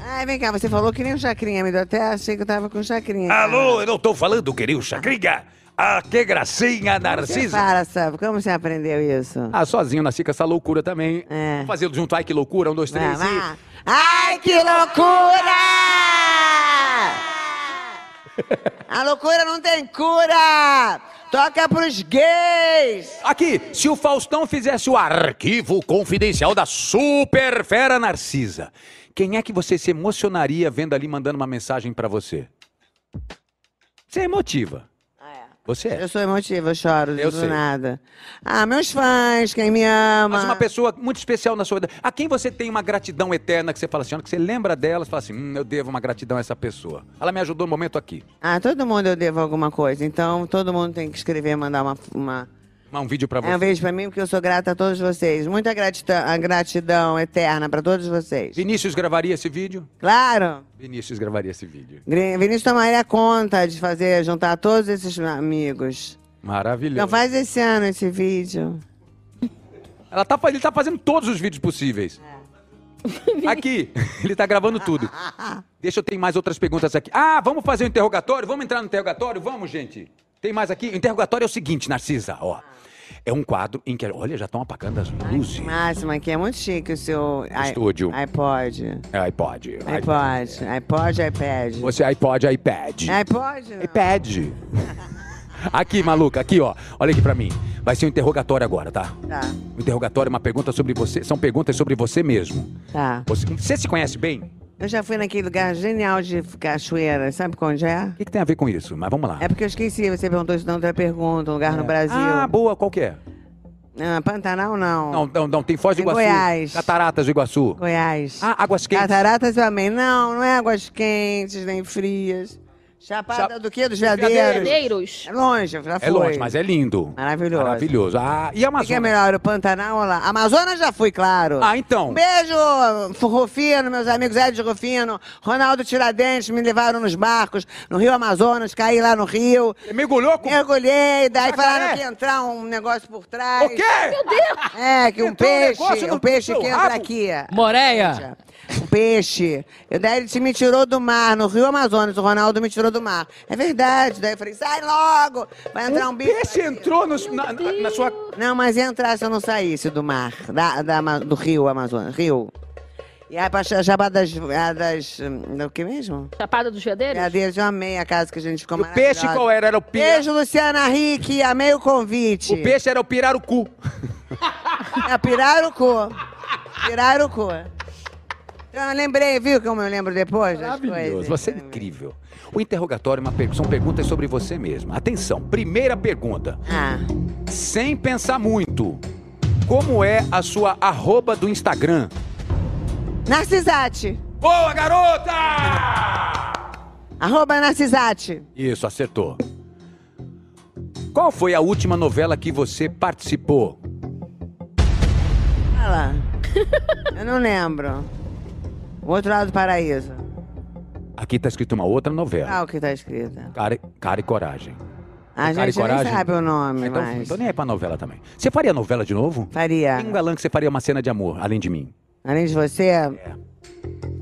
Ai, vem cá, você falou que nem o Chacrinha, me deu até achei que eu tava com o Chacrinha.
Alô, eu não tô falando, querido Chacrinha! Ah, que gracinha,
Você
Narcisa!
para, sabe? Como você aprendeu isso?
Ah, sozinho, nasci com essa loucura também.
É.
Vamos fazer junto. Ai, que loucura. Um, dois,
Vai,
três e...
vai. Ai, que loucura! A loucura não tem cura! Toca pros gays!
Aqui, se o Faustão fizesse o arquivo confidencial da super fera Narcisa, quem é que você se emocionaria vendo ali mandando uma mensagem pra você? Você é emotiva. Você é.
Eu sou emotiva, eu choro
Eu
do
sei.
nada. Ah, meus fãs, quem me ama.
Mas uma pessoa muito especial na sua vida. A quem você tem uma gratidão eterna que você fala assim, olha, que você lembra dela, você fala assim, hum, eu devo uma gratidão a essa pessoa. Ela me ajudou no momento aqui.
Ah, todo mundo eu devo alguma coisa, então todo mundo tem que escrever, mandar uma- uma
Mandar um vídeo pra você.
É um beijo pra mim, porque eu sou grata a todos vocês. Muita gratidão, a gratidão eterna pra todos vocês.
Vinícius gravaria esse vídeo?
Claro!
Vinícius gravaria esse vídeo.
Gri- Vinícius tomaria conta de fazer, juntar todos esses amigos.
Maravilhoso.
Então faz esse ano esse vídeo.
Ela tá, fa- ele tá fazendo todos os vídeos possíveis. Aqui, ele tá gravando tudo. Deixa eu ter mais outras perguntas aqui. Ah, vamos fazer o interrogatório? Vamos entrar no interrogatório? Vamos, gente. Tem mais aqui? O interrogatório é o seguinte, Narcisa, ó. É um quadro em que. Olha, já estão apagando as luzes.
Máximo aqui é muito chique o seu i-
Estúdio.
iPod.
É iPod.
iPod. iPod, iPad.
Você é iPod, iPad.
iPod? não.
iPad. Aqui, maluca, aqui, ó. Olha aqui pra mim. Vai ser um interrogatório agora, tá?
Tá,
Um interrogatório é uma pergunta sobre você. São perguntas sobre você mesmo.
tá.
Você, você se conhece bem?
Eu já fui naquele lugar genial de cachoeira, sabe onde é?
O que, que tem a ver com isso? Mas vamos lá.
É porque eu esqueci, você perguntou isso na outra pergunta, um lugar no Brasil.
Ah, boa, qual que é?
Ah, Pantanal não.
Não, não, não, tem Foz do
Em
Iguaçu.
Goiás.
Cataratas do Iguaçu.
Goiás.
Ah, Águas Quentes.
Cataratas eu amei. Não, não é águas quentes nem frias. Chapada
Cha-
do quê? Dos veadeiros?
Veadeiros.
É longe, já foi.
É longe, mas é lindo.
Maravilhoso.
Maravilhoso. Ah, e
O que que é
Amazonas?
melhor, o Pantanal ou lá? Amazonas já fui, claro.
Ah, então.
Um beijo, F- Rufino, meus amigos Ed Rufino, Ronaldo Tiradentes, me levaram nos barcos no Rio Amazonas, caí lá no Rio,
Mergulhou com...
mergulhei, daí
Jacaré?
falaram que ia entrar um negócio por trás.
é? O quê?
Meu Deus!
É, que um
Entrou um
peixe,
negócio
um,
no-
peixe
no
que
rabo?
entra aqui. é.
Moreia!
Um peixe. Eu, daí ele te- me tirou do mar, no Rio Amazonas, o Ronaldo me tirou do mar. É verdade. Daí eu falei, sai logo, vai entrar um,
O
bicho.
peixe
aqui."
entrou no- na, na- na sua...
Não, mas ia entrar se eu não saísse do mar, da, da Ama- do rio Amazonas, rio. E aí pra Cha- Chapada das... a das hum, do que mesmo?
Chapada dos Veadeiros?
É
Cadeiras, eu amei a casa que a gente ficou
O peixe
maravilhosa.
qual era? Era o peixe.
Beijo, Luciana Rick, amei o convite.
O peixe era o pirarucu.
É, pirarucu. Pirarucu. Eu lembrei, viu como eu lembro depois das coisas?
Maravilhoso. Você é
Eu lembrei.
incrível. O interrogatório é uma per... são perguntas sobre você mesmo. Atenção, primeira pergunta.
Ah,
Sem pensar muito. Como é a sua arroba do Instagram?
Narcisate.
Boa, garota!
Arroba Narcisate.
Isso, acertou. Qual foi a última novela que você participou?
Fala. Eu não lembro. O outro lado do paraíso.
Aqui tá escrito uma outra novela.
Ah, o que tá escrito.
Cara, Cara e Coragem.
A
Cara e
gente nem
Coragem?
sabe o nome,
Então,
mas...
tô nem aí pra novela também. Você faria novela de novo?
Faria.
Tem um galã que você faria uma cena de amor, além de mim.
Além de você,
É.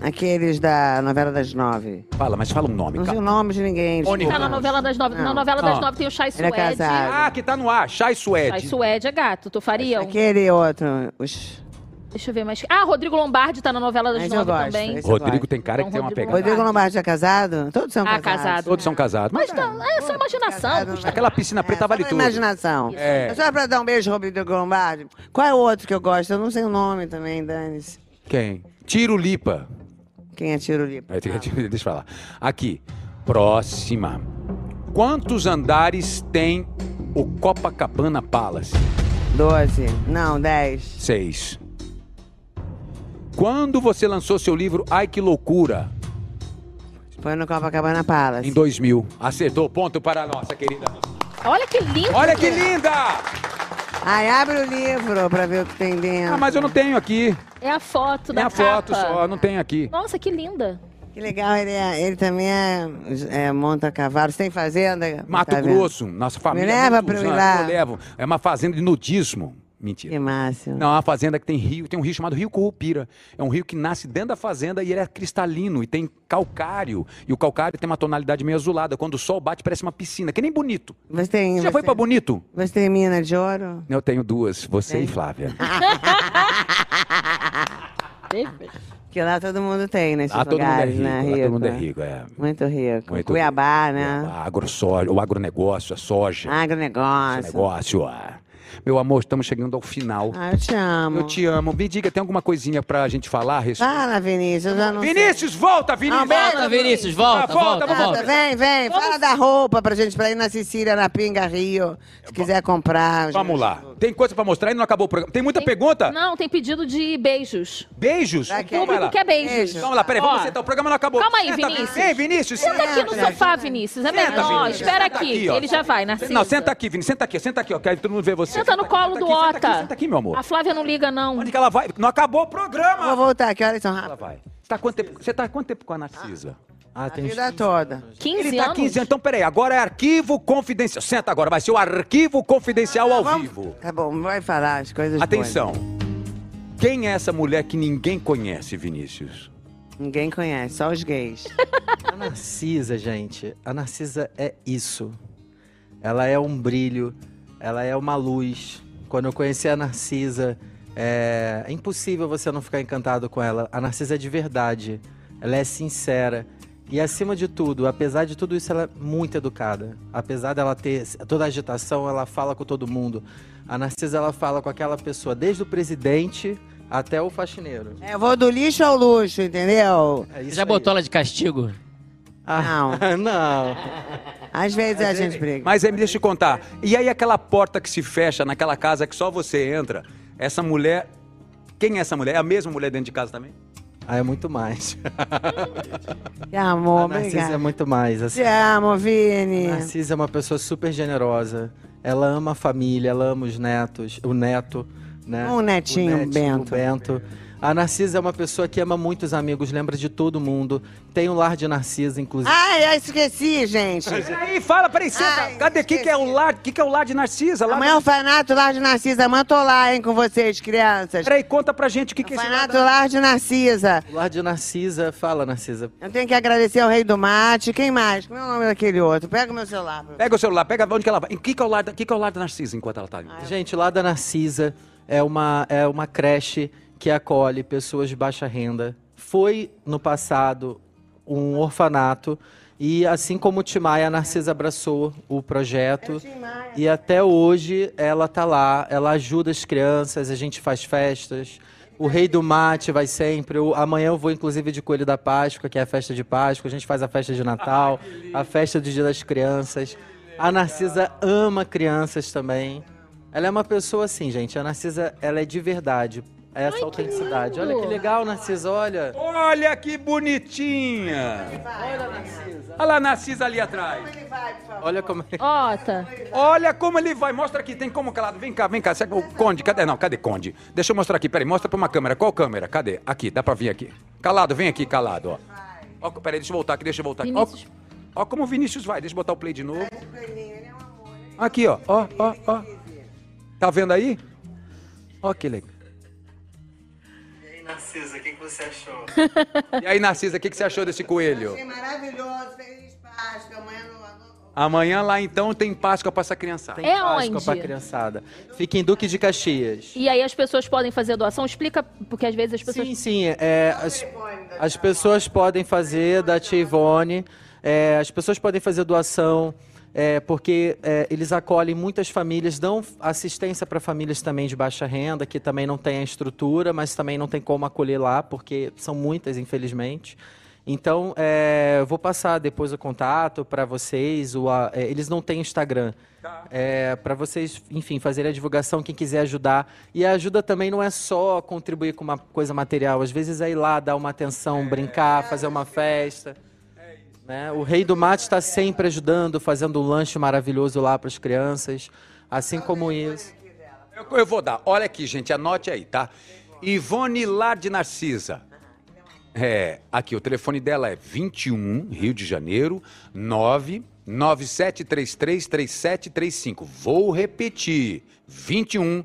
aqueles da novela das nove.
Fala, mas fala um nome.
Não
ca-
sei o nome de ninguém.
Mônica.
desculpa.
Tá na novela das nove. Na
Não.
novela das
Ah.
nove tem o Chai
Ele é
Suede.
casado.
Ah, que tá no ar. Chay
Chai
Suede.
Suede é gato. Tu faria um.
Aquele outro. Os...
Deixa eu ver mais. Ah, Rodrigo Lombardi tá na novela das
Mas eu
nove
gosto,
também.
esse-
Rodrigo tem cara que
Então,
tem uma
Rodrigo
pegada.
Rodrigo Lombardi é casado? Todos são
Ah,
casados.
casado.
Todos são casados. Mas,
Mas tá, é só imaginação.
Casado,
Gustavo.
né?
aquela piscina preta
só
vale
pra
tudo.
imaginação.
É.
É. Só pra dar um beijo, Rodrigo Lombardi. Qual é o outro que eu gosto? Eu não sei o nome também, Dani.
Quem? Tiro Lipa.
Quem é Tiro Lipa?
É, tira- tira- Deixa eu falar. Aqui. Próxima. Quantos andares tem o Copacabana Palace?
Doze. Não, dez.
Seis. Quando você lançou seu livro Ai Que Loucura?
Foi no Copacabana Palace.
Em 2000. Acertou. Ponto para a nossa querida.
Olha que lindo.
Olha que linda!
Ai, abre o livro pra ver o que tem dentro.
Ah, mas eu não tenho aqui.
É a foto
É
da
a foto
capa.
só. Não tenho aqui.
Nossa, que linda.
Que legal, ele, é- ele também é, é monta cavalo. Você tem fazenda?
Mato
Tá vendo?
Grosso, nossa família. é
Me
há
leva
muitos
pra um eu ir
anos,
lá.
Eu levo. É uma fazenda de nudismo. Mentira.
Que máximo.
Não, é uma fazenda que tem rio, tem um rio chamado Rio Currupira. É um rio que nasce dentro da fazenda e ele é cristalino e tem calcário. E o calcário tem uma tonalidade meio azulada. Quando o sol bate, parece uma piscina, que nem bonito.
Você tem.
Você já foi
você-
pra bonito?
Você tem mina de ouro?
Eu tenho duas, você e Flávia.
Ah,
Ah,
Que lá todo mundo tem, nesses
Lá todo mundo é
lugares,
rico,
né?
lá todo mundo é rico, é.
Muito rico.
Muito
Cuiabá,
rico.
né? Ah,
Cuiabá, agrossó- o agronegócio, a soja. esse
Agronegócio.
negócio. ah. Meu amor, estamos chegando ao final.
Ah, eu te amo.
Eu te amo. Me diga, tem alguma coisinha pra gente falar a respeito?
Fala, Vinícius, eu já Ah, não
Vinícius, volta, Vinícius!
Volta, Vinícius, volta,
Ah, volta,
volta,
sei.
volta.
volta.
Nada, vem, vem, fala da roupa pra gente, pra ir na Sicília, na Pinga Rio, se quiser comprar.
Vamos lá. Tem coisa pra mostrar e não acabou o programa. Tem muita pergunta?
Não, tem pedido de beijos.
Beijos?
Tá aqui.
Então vai lá.
Público quer beijos.
Beijo.
Vamos lá, peraí, vamos
Ó.
sentar. O programa não acabou.
Calma aí,
Senta,
Vinícius.
Vem, Vinícius.
Senta aqui no
Senta,
sofá, Vinícius. É
Senta,
melhor. Ó,
Vinícius.
Espera
Senta
aqui.
aqui, ó.
Ele já vai, Narciso.
Não, senta aqui, Vini, senta aqui, senta aqui, ó. Quero todo mundo ver você.
Senta no
aqui,
colo
aqui,
do
senta
Ota.
Aqui, senta aqui, meu amor.
A Flávia não liga, não.
Onde que ela vai? Não acabou o
Vou
programa.
voltar aqui, olha só,
Ela
rápido.
vai. Você tá há quanto tempo, você tá há quanto tempo com a Narcisa?
Ah,
A
tem uns
vida toda.
15
Ele tá há
anos?
15 anos. Então, peraí, agora é arquivo confidencial. Senta agora, vai ser o arquivo confidencial um ao
Vamos-
vivo.
Tá bom, vai falar as coisas
Atenção. Quem é essa mulher que ninguém conhece, Vinícius?
boas. Ninguém conhece, só os gays.
A Narcisa, gente, a Narcisa é isso. Ela é um brilho, ela é uma luz. Quando eu conheci a Narcisa, é, é impossível você não ficar encantado com ela. A Narcisa é de verdade, ela é sincera. E acima de tudo, apesar de tudo isso, ela é muito educada. Apesar dela ter toda a agitação, ela fala com todo mundo. A Narcisa, ela fala com aquela pessoa, desde o presidente até o faxineiro.
É, eu vou do lixo ao luxo, entendeu?
É
Você
isso
já
aí.
botou ela de castigo?
Ah, não.
Às vezes a gente briga.
Mas aí, me deixa eu te contar. E aí aquela porta que se fecha naquela casa que só você entra, essa mulher. Quem é essa mulher? É a mesma mulher dentro de casa também?
Ah, é muito mais.
Te amo,
a Narcisa é
obrigada.
muito mais. Assim.
Te amo, Vini.
Narcisa é uma pessoa super generosa. Ela ama a família, ela ama os netos, o neto, né?
Um netinho,
o
Bento.
o Bento. A Narcisa é uma pessoa que ama muitos amigos, lembra de todo mundo. Tem o lar de Narcisa, inclusive.
Ai, eu esqueci, gente.
Aí, fala, peraí, senta.
Ai,
Cadê? O que, que é o lar? O que, que é o lar de Narcisa? Lá
Amanhã é o Fanato Lar de Narcisa. Amanhã eu tô lá, hein, com vocês, crianças.
Peraí, conta pra gente o que, que é esse lar.
Fanato Lar de Narcisa.
O lar de Narcisa, fala, Narcisa.
Eu tenho que agradecer ao Rei do Mate. Quem mais? Como é o nome daquele outro? Pega o meu celular. pra-
Pega o celular, pega onde que ela vai. O que, que, é o lar da, o que, que é o lar da Narcisa enquanto ela tá ali?
Gente, lá da Narcisa é uma, é uma creche que acolhe pessoas de baixa renda. Foi, no passado, um orfanato. E assim como o Timaya, a Narcisa abraçou o projeto. E até hoje ela tá lá, ela ajuda as crianças, a gente faz festas. O Rei do Mate vai sempre. Eu- amanhã eu vou, inclusive, de Coelho da Páscoa, que é a festa de Páscoa. A gente faz a festa de Natal, a festa do Dia das Crianças. A Narcisa ama crianças também. Ela é uma pessoa assim, gente. A Narcisa, ela é de verdade. É essa autenticidade. Olha que
lindo!
legal, Narcisa, olha.
Olha que bonitinha! Olha lá a Narcisa ali atrás.
Olha como é.
Ota.
Olha como ele vai. Mostra aqui, tem como que ela. Vem cá, vem cá. Será que o Conde, cadê? Não, cadê Conde? Deixa eu mostrar aqui, peraí. Mostra pra uma câmera. Qual câmera? Cadê? Aqui, dá pra vir aqui. Calado, vem aqui, calado, ó. ó peraí, deixa eu voltar aqui, deixa eu voltar aqui. Ó,
Vinícius.
ó como o Vinícius vai. Deixa eu botar o play de novo. Aqui, ó. Ó, ó, ó. Tá vendo aí? Ó que legal.
Narcisa, o que você achou?
E aí, Narcisa, o que, que você achou desse coelho?
maravilhoso. Feliz Páscoa. Amanhã no...
Amanhã lá então tem Páscoa pra essa criançada.
Tem
É
Páscoa
onde?
pra criançada. Fica em Duque de Caxias.
E aí as pessoas podem fazer doação? Explica, porque às vezes as pessoas.
Sim, sim. é, as, as pessoas podem fazer da Tia Ivone, é, as pessoas podem fazer doação, é, porque é, eles acolhem muitas famílias, dão assistência para famílias também de baixa renda, que também não tem a estrutura, mas também não tem como acolher lá, porque são muitas, infelizmente. Então, é, eu vou passar depois o contato para vocês. o a- é, eles não têm Instagram. para É, vocês, enfim, fazerem a divulgação, quem quiser ajudar. E a ajuda também não é só contribuir com uma coisa material. Às vezes é ir lá, dar uma atenção, brincar, fazer uma festa. né? O Rei do Mate está sempre ajudando, fazendo um lanche maravilhoso lá para as crianças. Assim como isso.
Eu, eu vou dar. Olha aqui, gente, anote aí, tá? Ivone Lar de Narcisa. É, aqui, o telefone dela é 21, Rio de Janeiro, 997333735. Vou repetir.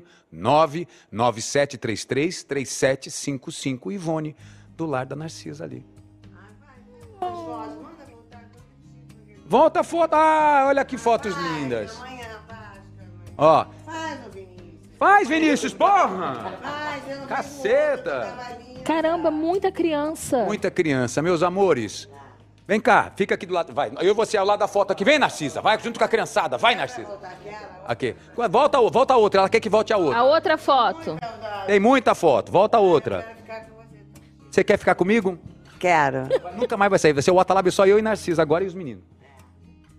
21 997333755. Ivone, do Lar da Narcisa ali. Volta a foto. Ah, olha que fotos lindas.
Amanhã, Páscoa.
Ó,
Faz, ô Vinícius.
Faz, Vinícius, porra!
Faz, eu não
Caceta!
Caramba, muita criança.
Muita criança, meus amores. Vem cá, fica aqui do lado. Vai, eu vou ser ao lado da foto aqui. Vem, Narcisa, vai junto com a criançada. Vai, Narcisa. Aqui. Volta, a o- volta a outra, ela quer que volte a
A
outra.
outra foto.
Tem muita foto, volta a outra. Você quer ficar comigo?
Quero.
Nunca mais vai sair. Vai ser o Watanabe, só eu e Narcisa agora e os meninos.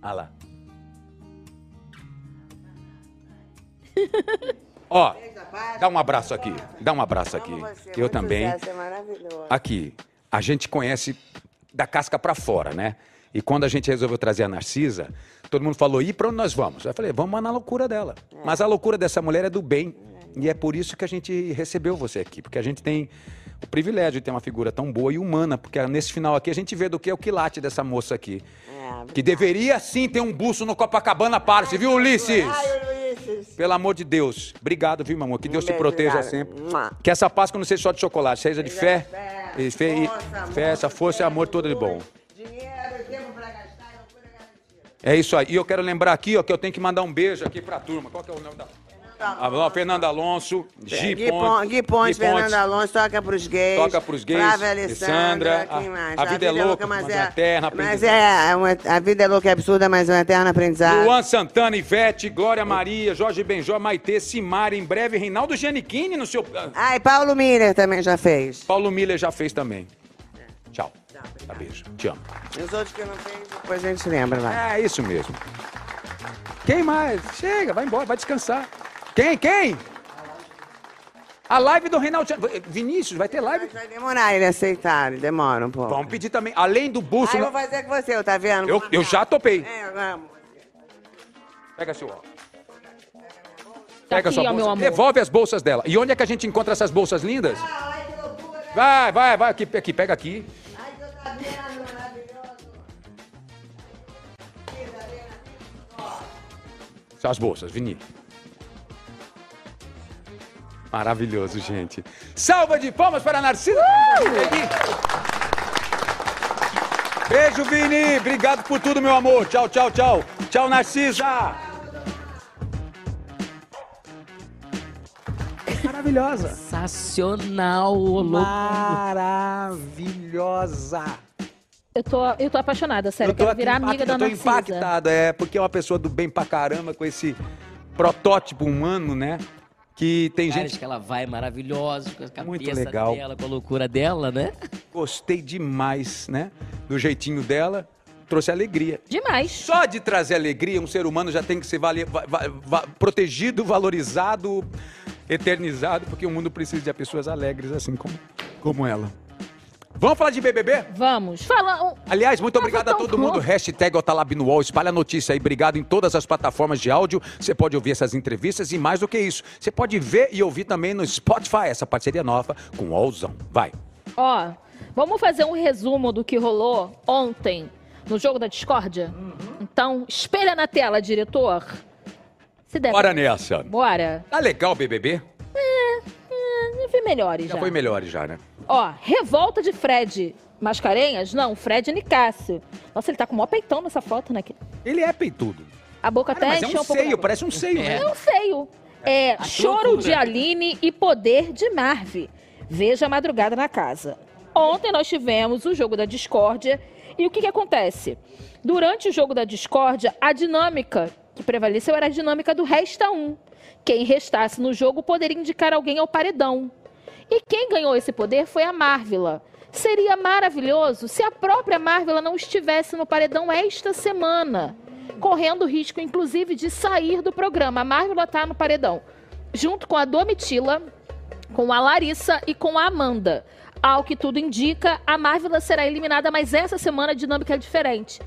Ah lá. Ó, dá um abraço aqui. Dá um abraço aqui. Que eu também.
Sucesso, é maravilhoso.
Aqui, a gente conhece da casca pra fora, né? E quando a gente resolveu trazer a Narcisa, todo mundo falou: e pra onde nós vamos? Eu falei: vamos na loucura dela. Mas a loucura dessa mulher é do bem. E é por isso que a gente recebeu você aqui, porque a gente tem o privilégio de ter uma figura tão boa e humana, porque nesse final aqui a gente vê do que é o quilate dessa moça aqui.
É.
Que deveria sim ter um buço no Copacabana Palace, viu, Ulisses?
Ai, Ulisses.
Pelo amor de Deus. Obrigado, viu, meu amor? Que Deus te
beijo,
proteja
obrigada.
sempre.
Mua.
Que essa Páscoa não seja só de chocolate, seja de fé.
de
e fé, e- fé, essa força e amor todo de bom.
Dinheiro, tempo pra gastar, loucura garantida.
É isso aí. E eu quero lembrar aqui, ó, que eu tenho que mandar um beijo aqui pra turma. Qual que é o nome da. Ah, Fernando Alonso, Gi
É, Gui Pon-
Pontes,
Gui Pontes,
Gui Pontes.
Fernando Alonso, toca pros gays.
Toca pros gays,
Flávia
Alessandra,
Alessandra, quem
a-
mais?
a vida é louca, mas é eterna
Mas é, é uma- a vida é louca, é absurda, mas é um eterno aprendizado.
Luan Santana, Ivete, Glória Maria, Jorge Benjó, Maitê, Simara, em breve, Reinaldo Giannichini no seu. Ah,
Ah, e Paulo Miller também já fez.
Paulo Miller já fez também. É. Tchau. Tá, beijo. Te amo.
E Os outros que eu não fiz, depois a gente lembra lá.
É isso mesmo. Quem mais? Chega, vai embora, vai descansar. Quem? Quem? A live do Reinaldo. Vinícius, vai ter live?
Mas Vai demorar ele aceitar, ele demora um pouco.
Vamos pedir também. Além do
Aí eu
bússola.
vou fazer com você, tá vendo?
Eu, eu já topei.
É, vamos.
Pega seu óculos.
Tá
Pega
aqui,
sua
ó, meu
bolsa.
amor.
Devolve as bolsas dela. E onde é que a gente encontra essas bolsas lindas?
né?
Vai, vai, vai. Aqui, aqui pega aqui. São as bolsas, Vini. Maravilhoso, gente. Salva de palmas para Narciso. Beijo, Vini. Obrigado por tudo, meu amor. Tchau, tchau, tchau. Tchau, Narcisa.
Maravilhosa.
Sensacional, ô louco.
Maravilhosa.
Eu tô, eu tô apaixonada, sério. Eu quero
aqui
virar
impact-
amiga da
eu tô
Narcisa.
impactado, é, porque é uma pessoa do bem pra caramba com esse protótipo humano, né? Que tem
Cara,
gente
acho que ela vai maravilhosa com a cabeça
Muito legal.
dela, com a loucura dela, né?
que gostei demais, né? Do jeitinho dela, trouxe alegria.
Demais.
Só de trazer alegria, um ser humano já tem que ser vale- va- va- va- protegido, valorizado, eternizado, porque o mundo precisa de pessoas alegres assim como, como ela. Vamos falar de BBB?
Vamos. Fala. um-
Aliás, muito
Tava
obrigado a
tão
todo mundo.
pronto.
Hashtag Otalab no UOL. Espalha a notícia aí. Obrigado em todas as plataformas de áudio. Você pode ouvir essas entrevistas e mais do que isso. Você pode ver e ouvir também no Spotify essa parceria nova com o UOLzão. Vai.
Ó, vamos fazer um resumo do que rolou ontem no jogo da discórdia?
Uhum.
Então, espelha na tela, diretor. Se der.
Bora nessa.
Bora.
Tá legal, BBB?
É, vi melhores já.
Já foi melhor já, né?
Ó, revolta de Fred. Mascarenhas? Não, Fred Nicásio. Nossa, ele tá com o maior peitão nessa foto, né?
Ele é peitudo.
A boca
Cara,
até
mas é
encheu
um
um pouco.
seio, parece um seio, né?
É um seio. É, choro
loucura.
de Aline e poder de Marve. Veja a madrugada na casa. Ontem nós tivemos o jogo da discórdia. E o que, que acontece? Durante o jogo da discórdia, a dinâmica que prevaleceu era a dinâmica do resta um. Quem restasse no jogo poderia indicar alguém ao paredão. E quem ganhou esse poder foi a Marvila. Seria maravilhoso se a própria Marvila não estivesse no paredão esta semana, correndo o risco, inclusive, de sair do programa. A Marvila está no paredão, junto com a Domitila, com a Larissa e com a Amanda. Ao que tudo indica, a Marvila será eliminada, mas essa semana a dinâmica é diferente.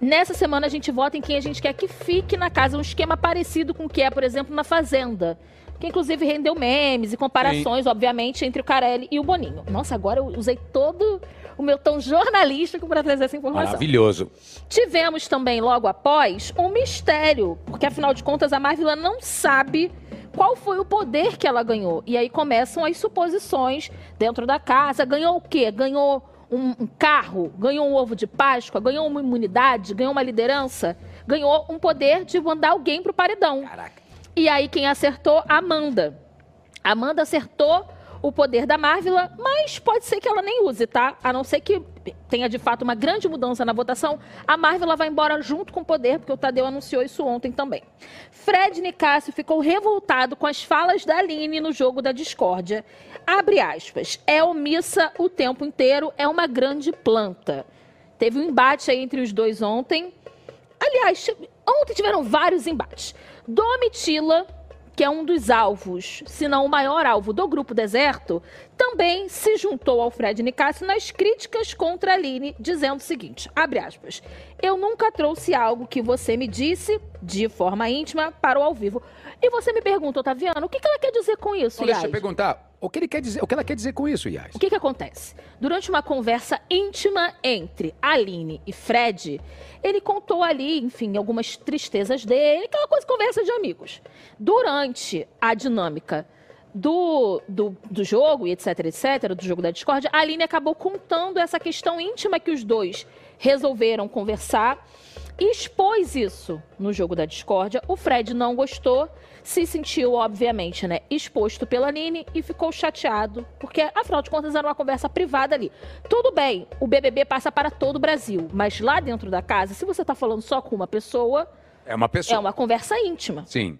Nessa semana a gente vota em quem a gente quer que fique na casa, um esquema parecido com o que é, por exemplo, na Fazenda. Que inclusive rendeu memes e comparações, obviamente, entre o Carelli e o Boninho. Nossa, agora eu usei todo o meu tom jornalístico para trazer essa informação.
Maravilhoso.
Tivemos também, logo após, um mistério, porque afinal de contas a Marvila não sabe qual foi o poder que ela ganhou. E aí começam as suposições dentro da casa: ganhou o quê? Ganhou um, um carro? Ganhou um ovo de Páscoa? Ganhou uma imunidade? Ganhou uma liderança? Ganhou um poder de mandar alguém pro paredão.
Caraca.
E aí quem acertou? Amanda. Amanda acertou o poder da Marvila, mas pode ser que ela nem use, tá? A não ser que tenha de fato uma grande mudança na votação, a Marvila vai embora junto com o poder, porque o Tadeu anunciou isso ontem também. Fred Nicásio ficou revoltado com as falas da Aline no jogo da discórdia. Abre aspas. É omissa o tempo inteiro, é uma grande planta. Teve um embate aí entre os dois ontem. Aliás, ti- ontem tiveram vários embates. Domitila, que é um dos alvos, se não o maior alvo do Grupo Deserto, também se juntou ao Fred Nicásio nas críticas contra a Aline, dizendo o seguinte, abre aspas, eu nunca trouxe algo que você me disse, de forma íntima, para o ao vivo. E você me pergunta, Otaviano, o que, que ela quer dizer com isso,
Então, deixa eu
Iás?
perguntar. O que, ele quer dizer, o que ela quer dizer com isso, Iás?
O que, que acontece? Durante uma conversa íntima entre Aline e Fred, ele contou ali, enfim, algumas tristezas dele, aquela coisa, conversa de amigos. Durante a dinâmica do, do, do jogo, e etc, etc, do jogo da discórdia, a Aline acabou contando essa questão íntima que os dois resolveram conversar e expôs isso no jogo da discórdia. O Fred não gostou, se sentiu, obviamente, né, exposto pela Nini e ficou chateado, porque, afinal de contas, era uma conversa privada ali. Tudo bem, o BBB passa para todo o Brasil, mas lá dentro da casa, se você está falando só com uma pessoa,
É uma pessoa.
é uma conversa íntima.
Sim.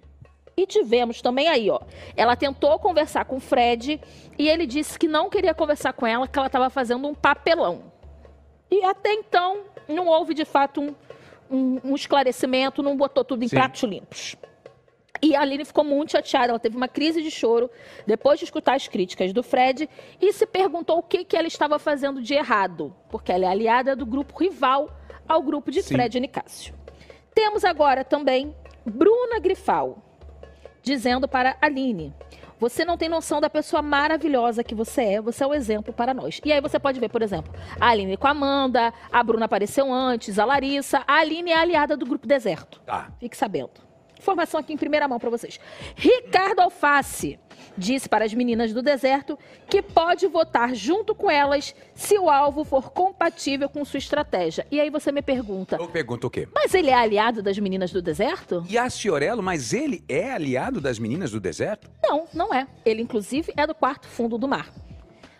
E tivemos também aí, ó. Ela tentou conversar com o Fred e ele disse que não queria conversar com ela, que ela estava fazendo um papelão. E até então, não houve de fato um, um- um esclarecimento, não botou tudo em
Sim.
pratos limpos. E a Aline ficou muito chateada, ela teve uma crise de choro depois de escutar as críticas do Fred e se perguntou o que, que ela estava fazendo de errado, porque ela é aliada do grupo rival ao grupo de
Sim.
Fred e Nicásio. Temos agora também Bruna Grifal dizendo para Aline: Você não tem noção da pessoa maravilhosa que você é, você é um exemplo para nós. E aí você pode ver, por exemplo, a Aline com a Amanda, a Bruna apareceu antes, a Larissa, a Aline é aliada do grupo Deserto.
Tá.
Fique sabendo. Informação aqui em primeira mão para vocês. Ricardo Alface disse para as meninas do deserto que pode votar junto com elas se o alvo for compatível com sua estratégia. E aí você me pergunta,
Eu pergunto o quê?
mas ele é aliado das meninas do deserto?
E a Ciorello, mas ele é aliado das meninas do deserto?
Não, não é. Ele, inclusive, é do quarto fundo do mar.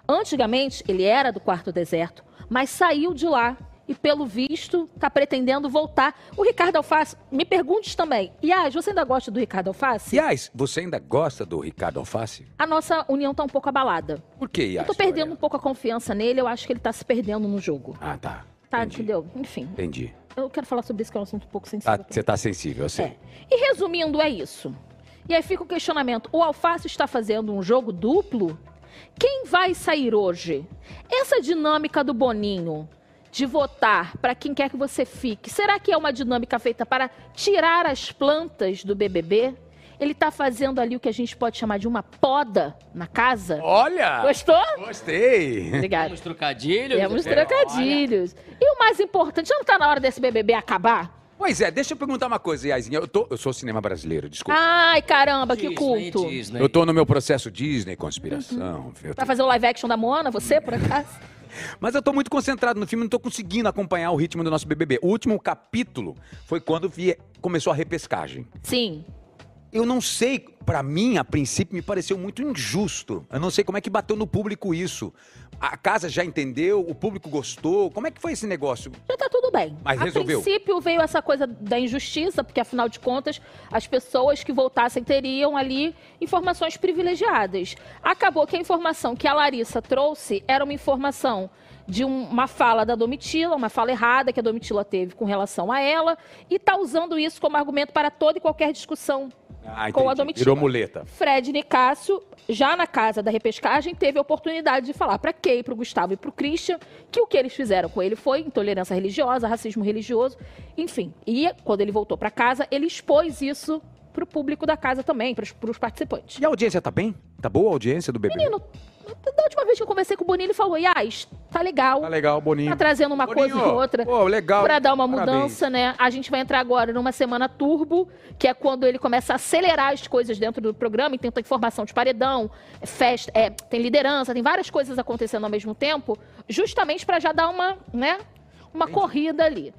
Antigamente, ele era do quarto deserto, mas saiu de lá e, pelo visto, está pretendendo voltar. O Ricardo Alface, me perguntes também. Yas, você ainda gosta do Ricardo Alface?
Aliás, você ainda gosta do Ricardo Alface?
A nossa união tá um pouco abalada.
Por que, Yas?
Eu tô perdendo um pouco a confiança nele, eu acho que ele tá se perdendo no jogo.
Ah, tá.
Tá,
Entendi.
entendeu? Enfim,
Entendi.
eu quero falar sobre isso, que é um assunto um pouco
Tá,
sensível.
você tá sensível, eu sei.
É. E resumindo, é isso. E aí fica o questionamento: o Alface está fazendo um jogo duplo? Quem vai sair hoje? Essa dinâmica do Boninho de votar para quem quer que você fique, será que é uma dinâmica feita para tirar as plantas do BBB? Ele está fazendo ali o que a gente pode chamar de uma poda na casa?
Olha!
Gostou?
Gostei!
Obrigada.
Temos trocadilhos. né?
Temos trocadilhos. E o mais importante, já não está na hora desse BBB acabar?
Pois é, deixa eu perguntar uma coisa, Iazinha. Eu, tô, eu sou cinema brasileiro, desculpa.
Ai, caramba,
Olha,
que culto.
Disney, Disney.
Eu tô no meu processo Disney, conspiração. eu
Vai
tô-
fazer o live action da Moana, você, por acaso?
Mas eu tô muito concentrado no filme, não tô conseguindo acompanhar o ritmo do nosso BBB. O último capítulo foi quando vi- começou a repescagem.
Sim.
Eu não sei, pra mim, a princípio, me pareceu muito injusto. Eu não sei como é que bateu no público isso. A casa já entendeu, o público gostou. Como é que foi esse negócio?
Já tá tudo bem.
Mas
a
resolveu?
princípio veio essa coisa da injustiça, porque afinal de contas, as pessoas que voltassem teriam ali informações privilegiadas. Acabou que a informação que a Larissa trouxe era uma informação de um- uma fala da Domitila, uma fala errada que a Domitila teve com relação a ela, e tá usando isso como argumento para toda e qualquer discussão
Ah,
Com a
entendi.
Domitila.
Virou muleta.
Fred Nicásio, já na casa da repescagem, teve a oportunidade de falar para Kay, para o Gustavo e para o Christian que o que eles fizeram com ele foi intolerância religiosa, racismo religioso, enfim. E quando ele voltou para casa, ele expôs isso para o público da casa também, para os participantes.
E a audiência tá bem? Tá boa a audiência do BBB?
Menino, da última vez que eu conversei com o Boninho, ele falou, Yas, tá legal,
Tá
tá,
legal, Boninho.
trazendo uma
Boninho,
coisa e outra.
Pô, legal.
Pra dar uma
Parabéns.
mudança, né? A gente vai entrar agora numa semana turbo, que é quando ele começa a acelerar as coisas dentro do programa e tenta informação de paredão, festa, é, tem liderança, tem várias coisas acontecendo ao mesmo tempo, justamente pra já dar uma, né? Uma corrida ali.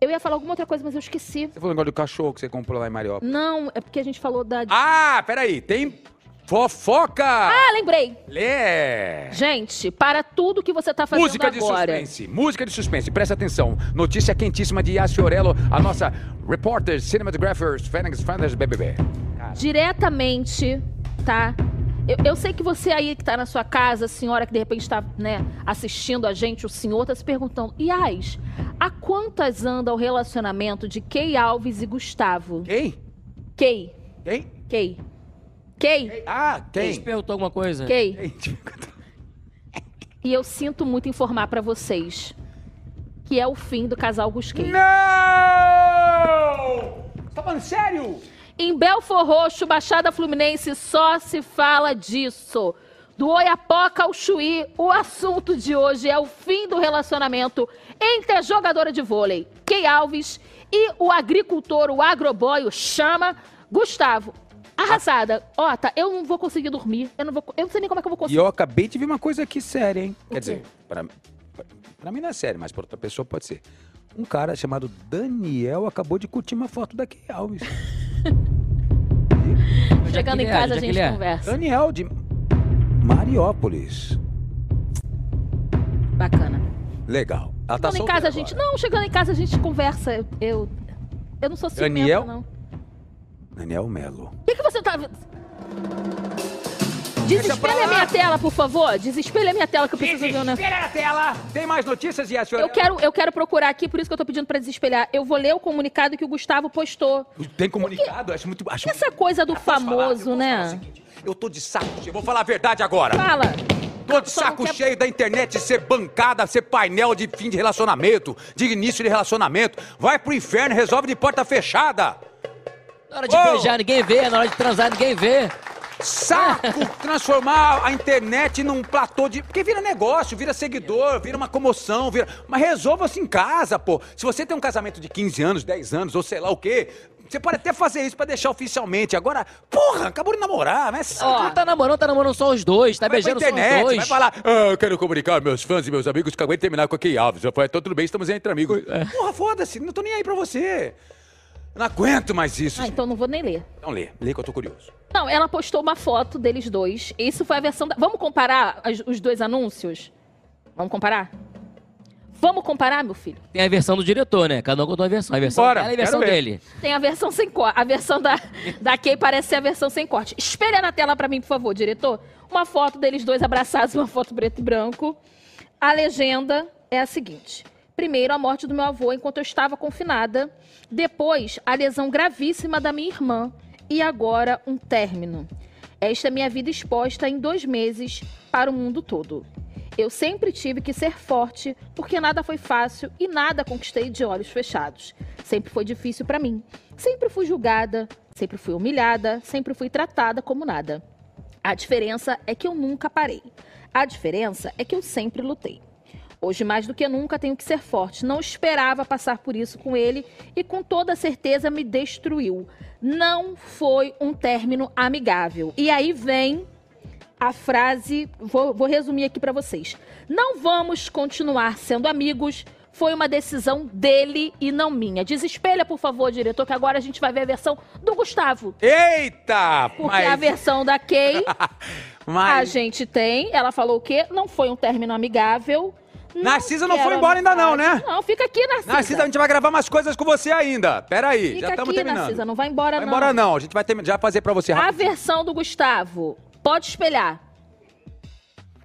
Eu ia falar alguma outra coisa, mas eu esqueci.
Você falou o negócio do cachorro que você comprou lá em Mariópolis.
Não, é porque a gente falou da.
Ah, peraí, tem fofoca!
Ah, lembrei!
Lé!
Gente, para tudo que você tá fazendo
É. Música de
agora.
suspense, música de suspense, presta atenção. Notícia quentíssima de Yas Fiorello, a nossa reporter, cinematographer, Fênix Fanders BBB.
diretamente, tá? Eu, eu sei que você aí que tá na sua casa, a senhora que de repente tá, né, assistindo a gente, o senhor tá se perguntando, Iás, a quantas anda o relacionamento de Key Alves e Gustavo?
Quem?
Key,
Quem?
Key, Key,
Ah,
Quem?
quem?
perguntou alguma coisa?
Key.
Quem?
E eu sinto muito informar pra vocês que é o fim do casal Gusquei.
Não! Você tá falando sério?
Em Belfor Roxo, Baixada Fluminense, só se fala disso. Do Oiapoca ao Chuí, o assunto de hoje é o fim do relacionamento entre a jogadora de vôlei, Key Alves, e o agricultor, o agroboy, o chama, Gustavo. Arrasada. Ó, tá, eu não vou conseguir dormir. Eu não, vou, eu não sei nem como é que eu vou
E
conseguir.
eu acabei de ver uma coisa aqui séria, hein? Quer
quê?
dizer, pra, pra- pra mim não é sério, mas pra outra pessoa pode ser. Um cara chamado Daniel acabou de curtir uma foto da Key Alves.
Onde é que
Chegando
ele
em
é?
casa,
Onde
a
é que
gente
ele é?
conversa.
Daniel de Mariópolis.
Tá
Bacana.
Legal. Ela tá
Chegando em
solteira
casa, a
agora.
gente. Não, chegando em casa, a gente conversa. Eu. Eu, eu não sou ciumenta,
Daniel?
não.
Daniel Melo.
O que, que você tá. Desespelha a minha tela, por favor. Desespelha a minha tela que eu preciso ver o negócio.
Espera na tela! Tem mais notícias, e a senhora?
Eu quero, eu quero procurar aqui, por isso que eu tô pedindo pra desespelhar. Eu vou ler o comunicado que o Gustavo postou.
Tem comunicado? Acho muito. Acho
Essa coisa do
Posso falar? Eu posso
é famoso,
falar assim? o
né?
seguinte, Eu tô de saco cheio. Vou falar a verdade agora.
Fala.
Tô de
Só não
saco
quer-
cheio da internet ser bancada, ser painel de fim de relacionamento, de início de relacionamento. Vai pro inferno, resolve de porta fechada.
Na hora de
Ô!
beijar, ninguém vê. Na hora de transar, ninguém vê.
Saco transformar a internet num platô de. Porque vira negócio, vira seguidor, vira uma comoção, vira. Mas resolva-se em casa, pô. Se você tem um casamento de 15 anos, 10 anos, ou sei lá o quê, você pode até fazer isso pra deixar oficialmente. Agora, porra, acabou de namorar, mas.
Ó.
Não tá namorando, tá namorando só os dois. Tá
Vai pra
beijando só
internet,
os dois.
vai falar, ah, eu quero comunicar aos meus fãs e meus amigos que acabei de terminar com a Key Alves. Eu falei, então tudo bem, estamos entre amigos. É. Porra, foda-se, não tô nem aí pra você. Não aguento mais isso.
Ah,
gente.
então não vou nem ler.
Então lê, lê que eu tô curioso.
Não, ela postou uma foto deles dois. Isso foi a versão da... Vamos comparar as- os dois anúncios? Vamos comparar? Vamos comparar, meu filho?
Tem a versão do diretor, né? Cada um contou a versão. A versão
Bora,
dela e a versão
quero ver.
dele.
Tem a versão sem corte. A versão da, da Kay parece ser a versão sem corte. Espelha na tela pra mim, por favor, diretor. Uma foto deles dois abraçados, uma foto preto e branco. A legenda é a seguinte. Primeiro, a morte do meu avô enquanto eu estava confinada. Depois, a lesão gravíssima da minha irmã. E agora, um término. Esta é minha vida exposta em dois meses para o mundo todo. Eu sempre tive que ser forte, porque nada foi fácil e nada conquistei de olhos fechados. Sempre foi difícil para mim. Sempre fui julgada, sempre fui humilhada, sempre fui tratada como nada. A diferença é que eu nunca parei. A diferença é que eu sempre lutei. Hoje, mais do que nunca, tenho que ser forte. Não esperava passar por isso com ele e, com toda certeza, me destruiu. Não foi um término amigável. E aí vem a frase, vou, vou resumir aqui pra vocês. Não vamos continuar sendo amigos. Foi uma decisão dele e não minha. Desespelha, por favor, diretor, que agora a gente vai ver a versão do Gustavo.
Eita!
Porque a Ah, versão da Kay, a
mas...
gente tem. Ela falou o quê? Não foi um término amigável.
Narcisa não
quero
foi embora ainda não,
amizade.
né?
Não, fica aqui, Narcisa.
Narcisa, a gente vai gravar umas coisas com você ainda. Pera aí,
fica
já
aqui,
estamos terminando.
Narcisa. Não vai embora,
vai embora
não.
não, a gente vai terminar, já fazer pra você.
A
rapidinho.
versão do Gustavo. Pode espelhar.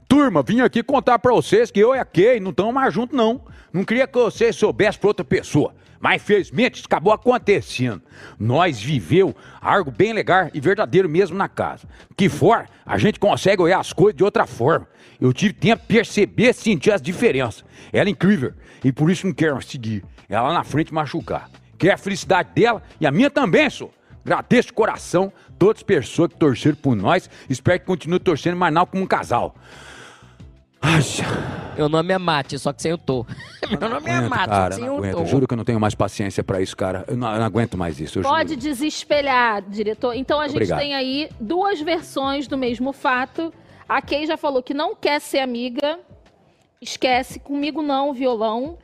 Turma, vim aqui contar pra vocês que eu é e a Kay não estamos mais juntos, não. Não queria que vocês soubessem pra outra pessoa. Mas infelizmente isso acabou acontecendo. Nós viveu algo bem legal e verdadeiro mesmo na casa. Que for, a gente consegue olhar as coisas de outra forma. Eu tive tempo de perceber, sentir as diferenças. Ela é incrível e por isso não quero mais seguir. Ela lá na frente machucar. Quer a felicidade dela e a minha também, senhor. Agradeço de coração todas as pessoas que torceram por nós. Espero que continue torcendo Manaus como um casal. Acha.
Meu nome é Mate, só que sem o tô. Meu nome é
Aguento,
Mate,
cara,
só que
não
um
sem o
aguento.
tô.
Eu juro que eu não tenho mais paciência pra isso, cara. Eu não, eu não aguento mais isso. eu
Pode
juro.
desespelhar, diretor. Então a gente
Obrigado.
tem aí duas versões do mesmo fato. A Kay já falou que não quer ser amiga. Esquece, comigo não, violão.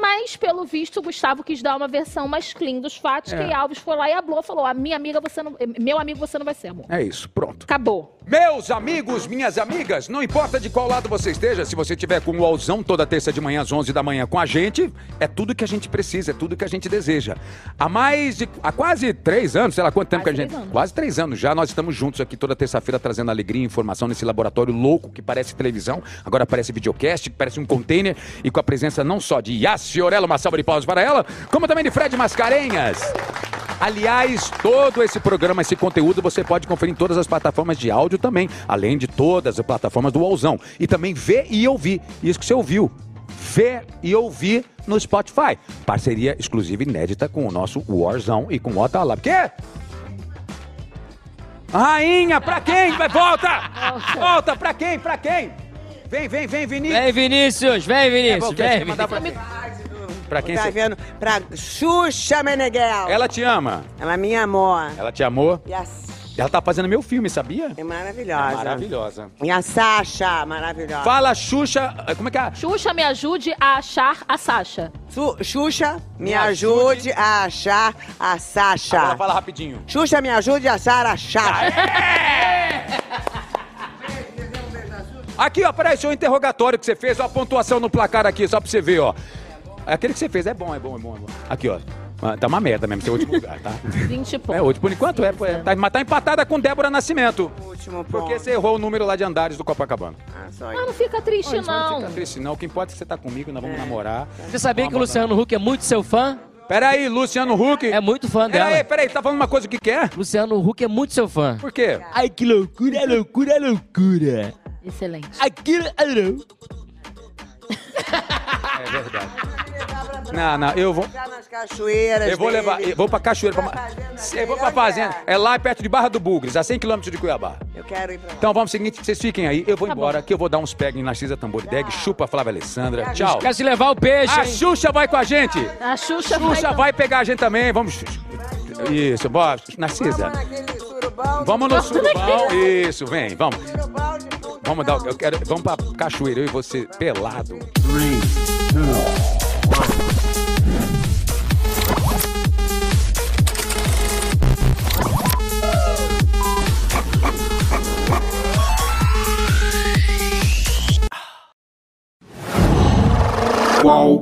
Mas, pelo visto, o Gustavo quis dar uma versão mais clean dos fatos.
É.
Kay Alves foi lá e ablou, falou: A minha amiga você não. Meu amigo você não vai ser, amor.
É isso, pronto.
Acabou.
Meus amigos, minhas amigas, não importa de qual lado você esteja, se você tiver com o Alzão toda terça de manhã às 11 da manhã com a gente, é tudo que a gente precisa, é tudo que a gente deseja. Há mais de. Há quase três anos, sei lá quanto tempo
Quase
que a gente.
três anos.
Quase três anos já, nós estamos juntos aqui toda terça-feira trazendo alegria e informação nesse laboratório louco que parece televisão, agora parece videocast, que parece um container, e com a presença não só de Yas Fiorello, uma salva de palmas para ela, como também de Fred Mascarenhas. Aliás, todo esse programa, esse conteúdo, você pode conferir em todas as plataformas de áudio também, além de todas as plataformas do Alzão. E também ver e ouvir. Isso que você ouviu. Ver e ouvir no Spotify. Parceria exclusiva inédita com o nosso Warzão e com o Otalab. Quê? Rainha, pra quem? Vai, Volta! Volta, pra quem? Pra quem? Vem, vem, vem, Vinícius.
Vem, Vinícius! Vem, Vinícius!
Volta,
vem,
deixa eu mandar pra quem? Pra quem
Tá
você...
vendo? Pra Xuxa Meneghel. Ela,
Ela te ama.
me amou.
Ela te amou.
E a... S-
Ela tá fazendo meu filme, sabia?
É maravilhosa.
Maravilhosa.
E a Sasha, maravilhosa.
Fala, Xuxa. Como é que é?
Xuxa, me ajude a achar a Sasha.
Su- Xuxa, me,
Me ajude.
ajude a achar a Sasha.
Agora fala Ah, rapidinho.
Xuxa, me ajude a achar a Sasha.
Aqui, ó, peraí, seu interrogatório que você fez, ó, a pontuação no placar aqui, só pra você ver, ó. Aquele que você fez é bom, é bom, é bom, é bom. Aqui, ó. Ah, Tá uma merda mesmo, seu último lugar, tá?
20 pontos.
É hoje, por enquanto é. é tá, mas tá empatada com Débora Nascimento.
Último ponto.
é? Porque você errou o número lá de andares do Copacabana.
Ah, só
Mas
isso.
não fica triste, não.
Fica triste, não. O que importa é que você tá comigo, nós vamos namorar.
Você sabia que o Luciano Huck é muito seu fã?
Peraí, Luciano Huck.
É muito fã dela.
Peraí, peraí, tá falando uma coisa que quer?
Luciano Huck é muito seu fã.
Por quê?
Ai, que loucura, loucura, loucura.
Excelente.
Aquilo. é
É Não, não, eu vou.
Tá nas cachoeiras
Eu vou
dele.
levar. Eu vou pra cachoeira. Pra...
Pra fazenda
Eu vou pra
dele,
fazenda.
olha.
É lá perto de Barra do Bugres, a 100 km de Cuiabá.
Eu quero ir pra lá.
Então vamos, seguinte, vocês fiquem aí. Eu vou
Tá
embora,
bom.
que eu vou dar uns pegs na Cisa Tamborideg. Chupa Flávia Alessandra. Tchau.
Quer se levar o peixe,
A
hein?
Xuxa vai com a gente.
A Xuxa,
Xuxa
vai...
vai pegar a gente também. Vamos. Isso, bora. Narcisa.
Vamos naquele surubão.
Vamos no surubão. Isso, vem, vamos.
surubão de fundão.
Vamos dar. Eu quero. Vamos pra cachoeira, eu e você, pelado.
Qual